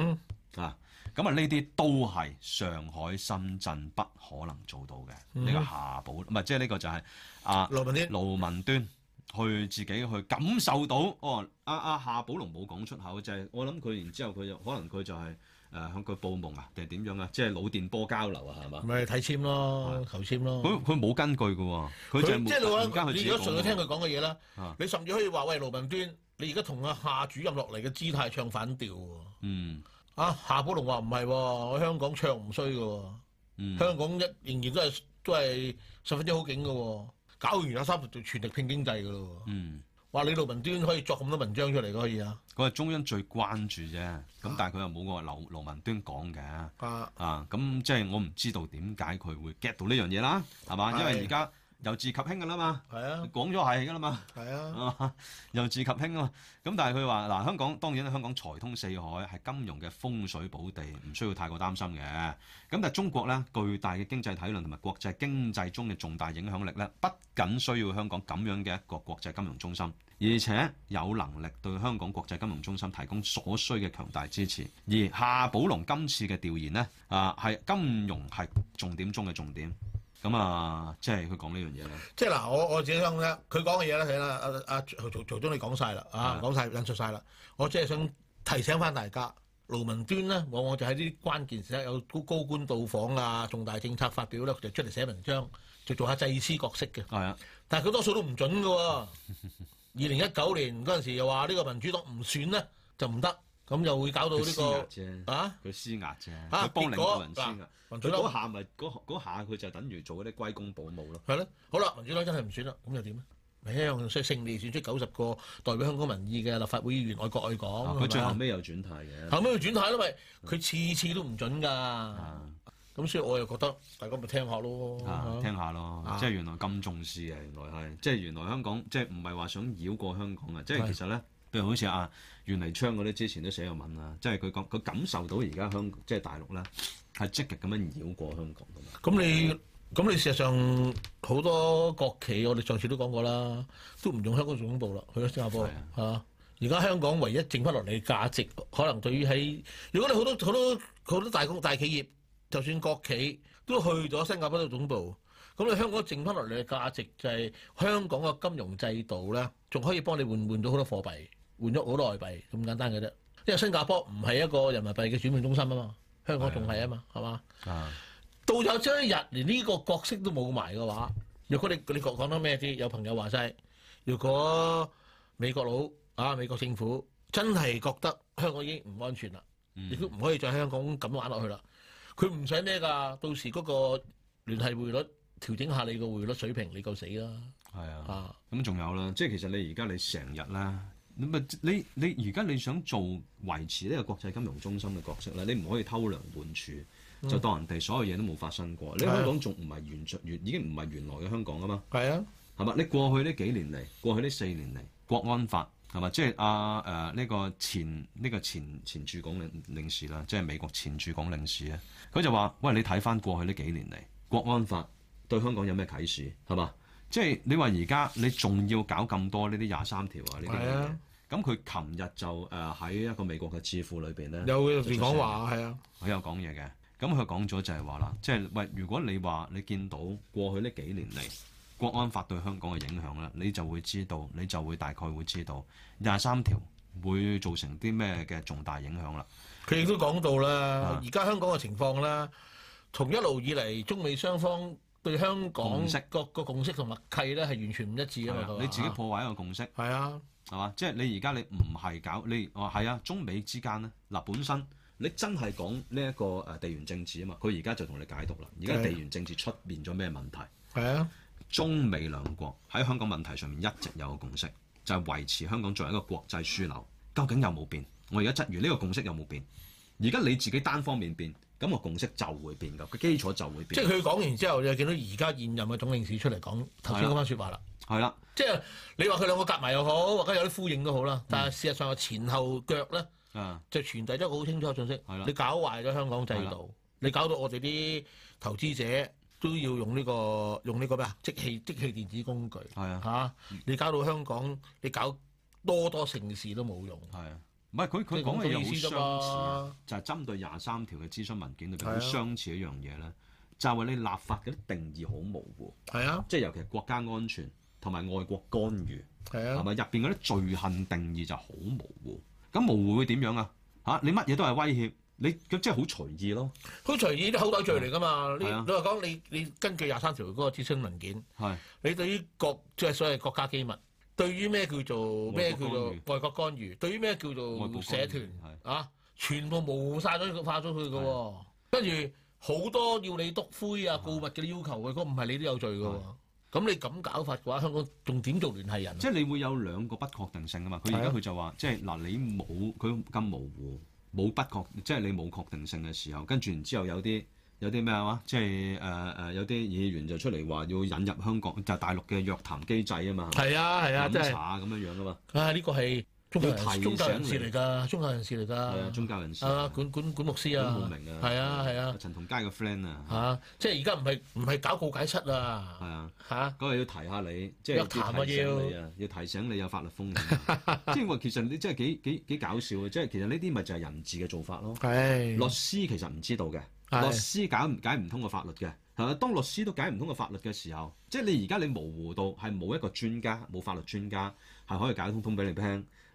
哼。啊，咁啊呢啲都係上海、深圳不可能做到嘅。呢、嗯個夏寶唔係即係呢個就係、啊羅文啲盧文端去自己去感受到哦，阿、啊、阿、夏寶龍冇講出口，就係、我諗佢然之後佢就可能佢就係誒向佢報夢啊，定係點樣啊？即係腦電波交流啊，係嘛？咪睇簽咯，求簽咯。佢佢冇根據嘅喎，啊佢嗯佢就係即冇突然係你間話，佢自你己如果純粹聽講佢講嘅嘢啦啊，你甚至可以話喂盧文端，你而家同阿夏主任落嚟嘅姿態唱反調喎。嗯啊，夏寶龍話唔係喎，我香港唱唔衰嘅喎，嗯香港一仍然都係都係十分之好景嘅喎，搞完有三十就全力拼經濟嘅咯喎。嗯，話你盧文端可以作咁多文章出嚟嘅可以啊，佢係中央最關注啫，咁但係佢又冇個劉盧文端講嘅。啊啊，咁即係我唔知道點解佢會 get 到呢樣嘢啦，係嘛？因為係而家由治及興噶啦嘛，係啊講咗係噶啦嘛，係啊，啊由治及興啊嘛。咁但係佢話嗱，香港當然啦香港財通四海，係金融嘅風水寶地，唔需要太過擔心嘅。咁但係中國咧，巨大嘅經濟體量同埋國際經濟中嘅重大影響力咧，不僅需要香港咁樣嘅一個國際金融中心，而且有能力對香港國際金融中心提供所需嘅強大支持。而夏寶龍今次嘅調研呢，啊係金融係重點中嘅重點。 咁啊，即係佢講呢樣嘢啦。即係嗱，我我自己想咧，佢講嘅嘢咧，睇啦，阿阿曹曹曹總你講晒啦，啊啊講晒引述晒啦，我只係想提醒翻大家，盧文端咧，往往就喺呢啲關鍵時刻有高高官到訪啊，重大政策發表咧，佢就出嚟寫文章，就做下祭司角色嘅，係啊，但係佢多數都唔 準嘅喎。二零一九年嗰陣時又話呢個民主黨唔選咧就唔得，咁就會搞到佢呢、施壓個啫。啊佢施壓啫，佢啊幫領導人施結壓。佢民主嗰黨下咪嗰嗰下佢就等於做嗰啲歸公保姆咯。係咯，好啦，民主黨真係唔選啦，咁又點咧？咪一樣，所以勝利選出九十個代表香港民意嘅立法會議員，愛國愛港。啊係咪佢最後啊尾又轉態嘅。後尾佢轉態啦，咪佢次次都唔準㗎。咁所以我又覺得大家咪聽下咯。啊，嚇聽下咯，啊即係原來咁重視嘅，原來係，即係原來香港，即係唔係話想繞過香港啊，即係係其實咧，譬如好似阿袁黎昌嗰啲之前都寫過文啦，即係佢講佢感受到而家香即係大陸咧係積極咁樣繞過香港㗎嘛，咁你咁你事實上好多國企，我哋上次都講過啦，都唔用香港做總部啦，去咗新加坡係啊係啊。而家香港唯一剩翻落嚟嘅價值，可能對於喺如果你好多好多好多大公大企業，就算國企都去咗新加坡做總部，咁你香港剩翻落嚟嘅價值就係香港嘅金融制度咧，仲可以幫你換換到好多貨幣，換咗好多外幣咁簡單嘅啫。因為新加坡唔係一個人民幣嘅轉換中心啊嘛，香港仲係啊嘛，係嘛？啊，到有朝一日連呢個角色都冇埋嘅話，若果你你講講得咩啲？有朋友話齋，如果美國佬啊美國政府真係覺得香港已經唔安全啦，嗯亦都唔可以再喺香港咁玩落去啦，佢唔使咩㗎，到時嗰個聯繫匯率調整下你個匯率水平，你夠死啦係啊。啊！咁仲有啦，即係其實你而家你成日啦，你咪你你而家你想做維持呢個國際金融中心嘅角色咧，你唔可以偷梁換柱，就當人哋所有嘢都冇發生過。你嗯係啊香港仲唔係原原已經唔係原來嘅香港啊嘛？係啊，係嘛？你過去呢幾年嚟，過去呢四年嚟，國安法係嘛？即係阿誒呃呢個前呢、個前前駐港領領事啦，即係美國前駐港領事啊，佢就話：喂，你睇翻過去呢幾年嚟，國安法對香港有咩啟示係嘛？即係你話而家你仲要搞咁多呢啲廿三條啊呢啲咁係嘅嘢啊。咁佢琴日就誒呃喺一個美國嘅智庫裏邊咧，有時講話係啊，佢有講嘢嘅，咁佢講咗就係話啦，即係喂，如果你話你見到過去呢幾年嚟國安法對香港嘅影響咧，你就會知道，你就會大概會知道廿三條會造成啲咩嘅重大影響啦。佢亦都講到啦啊，而家香港嘅情況啦，同一路以嚟中美雙方對香港共識個個共識同默契咧係完全唔一致係啊嘛啊，你自己破壞一個共識係啊，係嘛？即係你而家你唔係搞你哦係啊，中美之間咧嗱本身。你真係講呢一個誒地緣政治啊嘛，佢而家就同你解讀啦。而家地緣政治出現咗咩問題？係啊，中美兩國喺香港問題上面一直有個共識，就係、維持香港作為一個國際樞紐。究竟有冇變？我而家質疑呢個共識有冇變？而家你自己單方面變，咁個共識就會變㗎，個基礎就會即係變。佢講完之後，你就見到而家現任嘅總領事出嚟講啊頭先嗰番説話啦。係啦，即係你話佢兩個夾埋又好，或者有啲呼應都好嗯啦。但係事實上，前後腳咧啊，就傳遞咗一個好清楚嘅信息係啦。你搞壞咗香港制係啦度，你搞到我哋啲投資者都要用呢、個用呢個咩啊？即棄即棄電子工具係啊嚇、你搞到香港，你搞多多城市都冇用。係啊。唔係佢佢即係咁講嘅嘢嘅意思啫好相似啊嘛，就係針對廿三條嘅諮詢文件裏邊係好啊相似一樣嘢咧，就係話你立法嗰啲定義好模糊，係啊，即係尤其係國家安全同埋外國干預。係係啊，咪？入邊嗰啲罪行定義就好模糊。咁模糊會點樣啊？嚇、你乜嘢都係威脅，你咁即係好隨意咯。好隨意啲口袋罪嚟㗎嘛。你係啊你話講你你根據廿三條嗰個諮詢文件，係你對於國即係所謂國家機密，對於咩叫做外咩叫國做干外國干預，對於咩叫外部做干哦社預團啊，全部模糊晒咗佢化咗佢嘅喎，跟住好多要你督灰啊、告密嘅要求嘅，嗰唔係你都有罪嘅喎。咁你咁搞法嘅話，香港仲點做聯繫人啊？即係你會有兩個不確定性啊嘛。佢而家係啊佢就話，即係嗱，你冇佢咁模糊，冇不確，即係你冇確定性嘅時候，跟住然之後有啲。有啲咩啊？即係誒誒，有啲議員就出嚟話要引入香港就大陸嘅約談機制啊嘛，係啊係啊，飲真係茶咁樣樣啊嘛，啊呢個係宗教要提人宗教人醒士你嚟㗎，宗教人士嚟係啊，㗎，宗教人士啊管管管牧師啊管浩明啊，係啊係啊陳同佳嘅 friend 嚇，啊，啊即係而家唔係唔係搞告解室係啊啊。嚇，嗰日要提下你，即係約談啊要提醒你啊，要提醒你有法律風險 啊。即係話其實你真係幾幾幾搞笑啊嘅，即係其實呢啲咪就係人治嘅做法咯。係律師其實唔知道嘅，係律師解唔解唔通個法律嘅，係咪？當律師都解唔通個法律嘅時候，即係你而家你模糊到係冇一個專家，冇法律專家係可以解通通俾你聽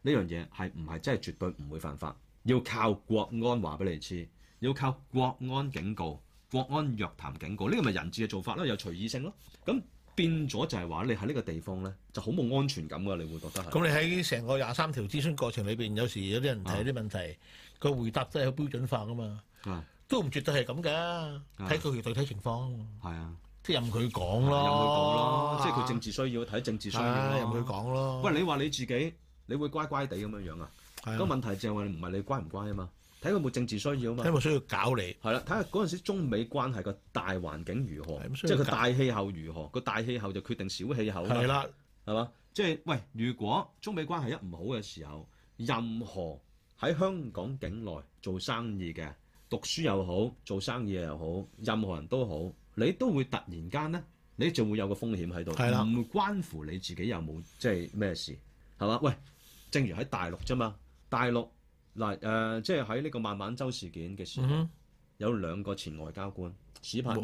呢樣嘢係唔係真係絕對唔會犯法？要靠國安話俾你知，要靠國安警告、國安約談警告，呢個咪人治嘅做法咯，有隨意性咯。咁變咗就係話你喺呢個地方咧就好冇安全感㗎，你會覺得係。咁你喺成個廿三條諮詢過程裏邊，有時有啲人提啲問題，個回答都係好標準化噶嘛，啊，都唔絕對係咁㗎，睇佢具體情況，係啊，即係任佢講任佢講咯啊咯，，即係佢政治需要睇政治需要唉咯，任佢講咯。喂，你話你自己，你會乖乖地咁樣樣啊？哦係個啊，問題就係話你唔係你乖唔乖啊嘛，睇佢有冇政治需要啊嘛因。為需要搞你，係啦，睇下嗰陣時中美關係個大環境如何，係咁即所以係個搞大氣候如何，個大氣候就決定小氣候啊係嘛，啦，係嘛？即係喂，如果中美關係一唔好嘅時候，任何喺香港境內做生意嘅，讀書又好，做生意又好，任何人都好，你都會突然間呢，你就會有個風險喺度，係啦唔關乎你自己有冇即係咩事，係嘛？喂，正如喺大陸啫嘛，大陸嗱誒、呃即係喺呢個孟晚舟事件嘅時候，嗯哼有兩個前外交官史柏旭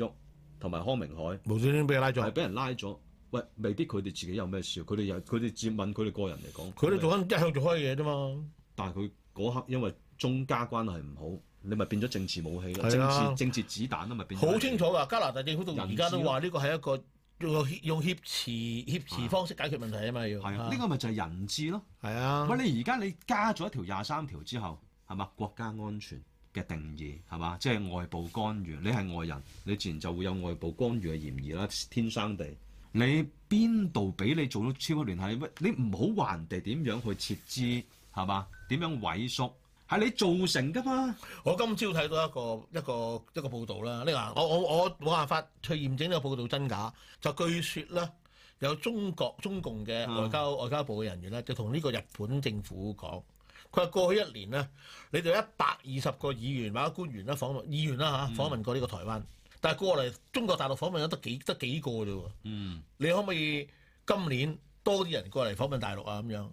同埋康明凱無端端俾佢拉係咗，俾人拉咗。喂，未必佢哋自己有咩事，佢哋有佢哋自問佢哋個人嚟講，佢哋做緊一向做開嘅嘢啫嘛，但係佢嗰刻因為中加關係唔好，你咪變咗政治武器咯，係政啦治政治子彈啊，咪變咗好清楚㗎。加拿大政府到而家人治都咯話呢個係一個用協用協持協持方式解決問題啊嘛，要係啊，呢個咪就係人治咯。係啊，喂，你而家你加咗一條廿三條之後，係嘛？國家安全嘅定義係嘛？即係外部干預，你係外人，你自然就會有外部干預嘅嫌疑啦，天生地。你邊度俾你做到超級聯繫？喂，你唔好話人哋點樣去設置係嘛？點樣萎縮係你造成㗎嘛？我今朝睇到一個一個一個報道啦，呢個我我我冇辦法去驗證呢個報道真假，就據說咧有中國中共嘅外交、外交部嘅人員咧，就同呢個日本政府講，佢話過去一年咧，你哋一百二十個議員或者官員啦訪問議員啦嚇訪問過呢個台灣，但係過嚟中國大陸訪問咗得幾得幾個啫喎。嗯，你可唔可以今年多啲人過嚟訪問大陸啊？咁樣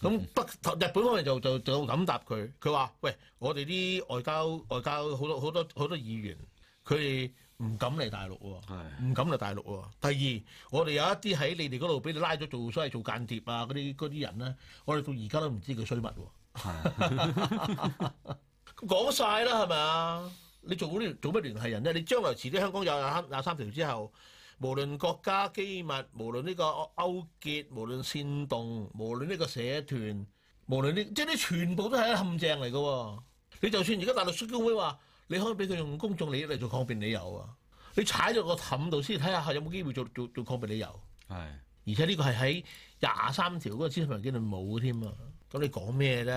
咁北日本方面就就就咁答佢，佢話：喂，我哋啲外交外交好多好多好多議員，佢哋唔敢嚟大陸喎、 係。唔敢嚟大陸喎、第二，我哋有一啲喺你哋嗰度俾你拉咗做所謂做間諜啊嗰啲嗰啲人咧，我哋到而家都唔知佢衰乜喎。講晒啦，係咪啊？你做嗰啲做乜聯繫人咧？你將來遲啲香港有廿三廿三條之後，無論國家機密，無論呢個勾結，無論煽動，無論呢個社團，無論呢即係呢全部都係一個陷阱嚟嘅喎。你就算而家大陸書公會話，你可以俾佢用公眾利益嚟做抗辯理由啊！你踩咗個氹度先睇下有冇機會做做做抗辯理由，係而且呢個係喺廿三條嗰個諮詢文件度冇添啊！咁你講咩咧？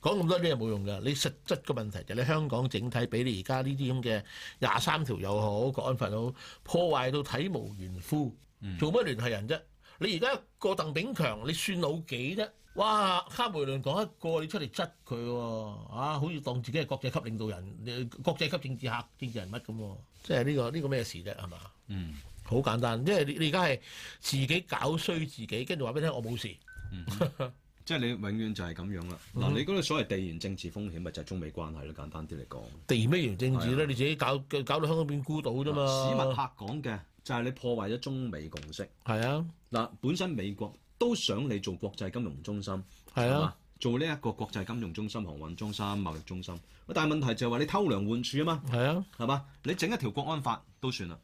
講咁多啲嘢冇用㗎。你實質嘅問題就係你香港整體俾你而家呢啲咁嘅廿三條又好，國安法又好，破壞到體無完膚，做乜聯繫人啫？你而家一個鄧炳強，你算老幾啫？哇！卡梅倫講一個，你出嚟質佢喎，啊，好似當自己係國際級領導人、你國際級政治客、政治人物咁喎，即係呢、個呢、個咩事啫？係嘛？嗯。好簡單，因為你你而家係自己搞衰自己，跟住話俾你聽我冇事。嗯 即係你永遠就係咁樣啦。嗱、你嗰個所謂地緣政治風險咪就係中美關係咯，簡單啲嚟講。地緣咩原政治咧？啊你自己搞搞到香港變孤島啫史密嘛。克講嘅就係你破壞咗中美共識。係啊，嗱，本身美國都想你做國際金融中心，係係啊嘛，做呢一個國際金融中心、航運中心、貿易中心。但係問題就係話你偷梁換柱啊嘛，係啊，係嘛？你整一條國安法都算啦，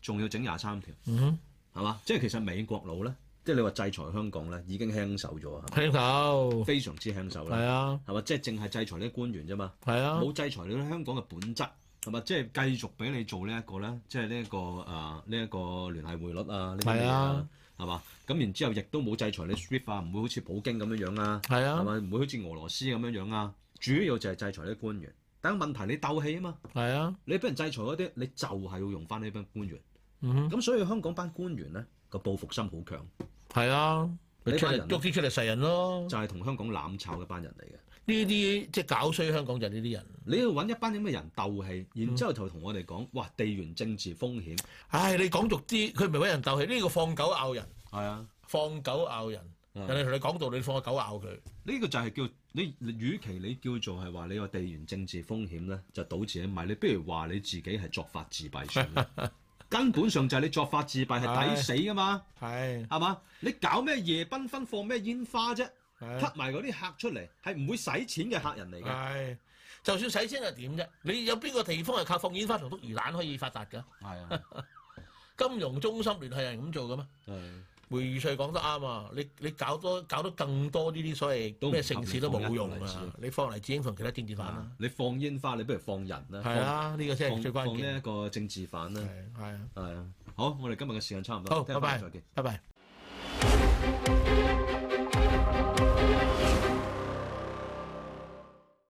仲要整廿三條，嗯哼，係嘛？即係其實美國佬咧，即係你話制裁香港咧，已經輕手咗啊，係嘛輕手。非常之輕手係啦，啊，係嘛？即係淨係制裁呢啲官員啫嘛。係啊，冇制裁你香港嘅本質，係咪？即係繼續俾你做呢、一個咧，即係呢一個啊呢一個聯繫匯率啊呢啲嘢係啊啊，係嘛？咁然之後亦都冇制裁你 SWIFT 啊，唔會好似普京咁樣樣啊，係係啊，咪？唔會好似俄羅斯咁樣樣啊。主要就係制裁啲官員，但係問題你鬥氣啊嘛，係啊，你俾人制裁嗰啲，你就係要用翻呢班官員。嗯哼，咁所以香港班官員咧個報復心好強，係啊，呢你出班嚟人捉啲出嚟噬人咯。就係同香港攬炒嘅班人嚟嘅。呢啲即係搞衰香港就係呢啲人。你要揾一班咁嘅人鬥氣，然之後就同我哋講，哇地緣政治風險唉，你講俗啲，佢唔係揾人鬥氣，呢、個放狗咬人，係啊。放狗咬人。嗯人哋同你講道理，你放個狗咬佢。呢個就係叫你，你與其你叫做係話你個地緣政治風險咧，就導致你咪你不如話你自己係作法自斃算 啦根本上就係你作法自斃係抵死噶嘛，係係嘛？你搞咩夜繽紛放咩煙花啫？吸埋嗰啲客出嚟係唔會使錢嘅客人嚟嘅，係，就算使錢又點啫？你有邊個地方係靠放煙花同篤魚蛋可以發達㗎？係啊，金融中心聯繫人咁做嘅咩？係啊梅宇翠講得啱啊！你你搞多搞得更多呢啲所都謂唔咩城市都冇用合理放一個例啊！你放黎智英同其他政治犯啦，你放煙花你不如放人啦，啊係啊，呢個先放係最放關放呢一鍵。個政治犯啦，係係啊，係啊。好，我哋今日嘅時間差唔多，好，聽拜日翻嚟拜再見。，拜拜。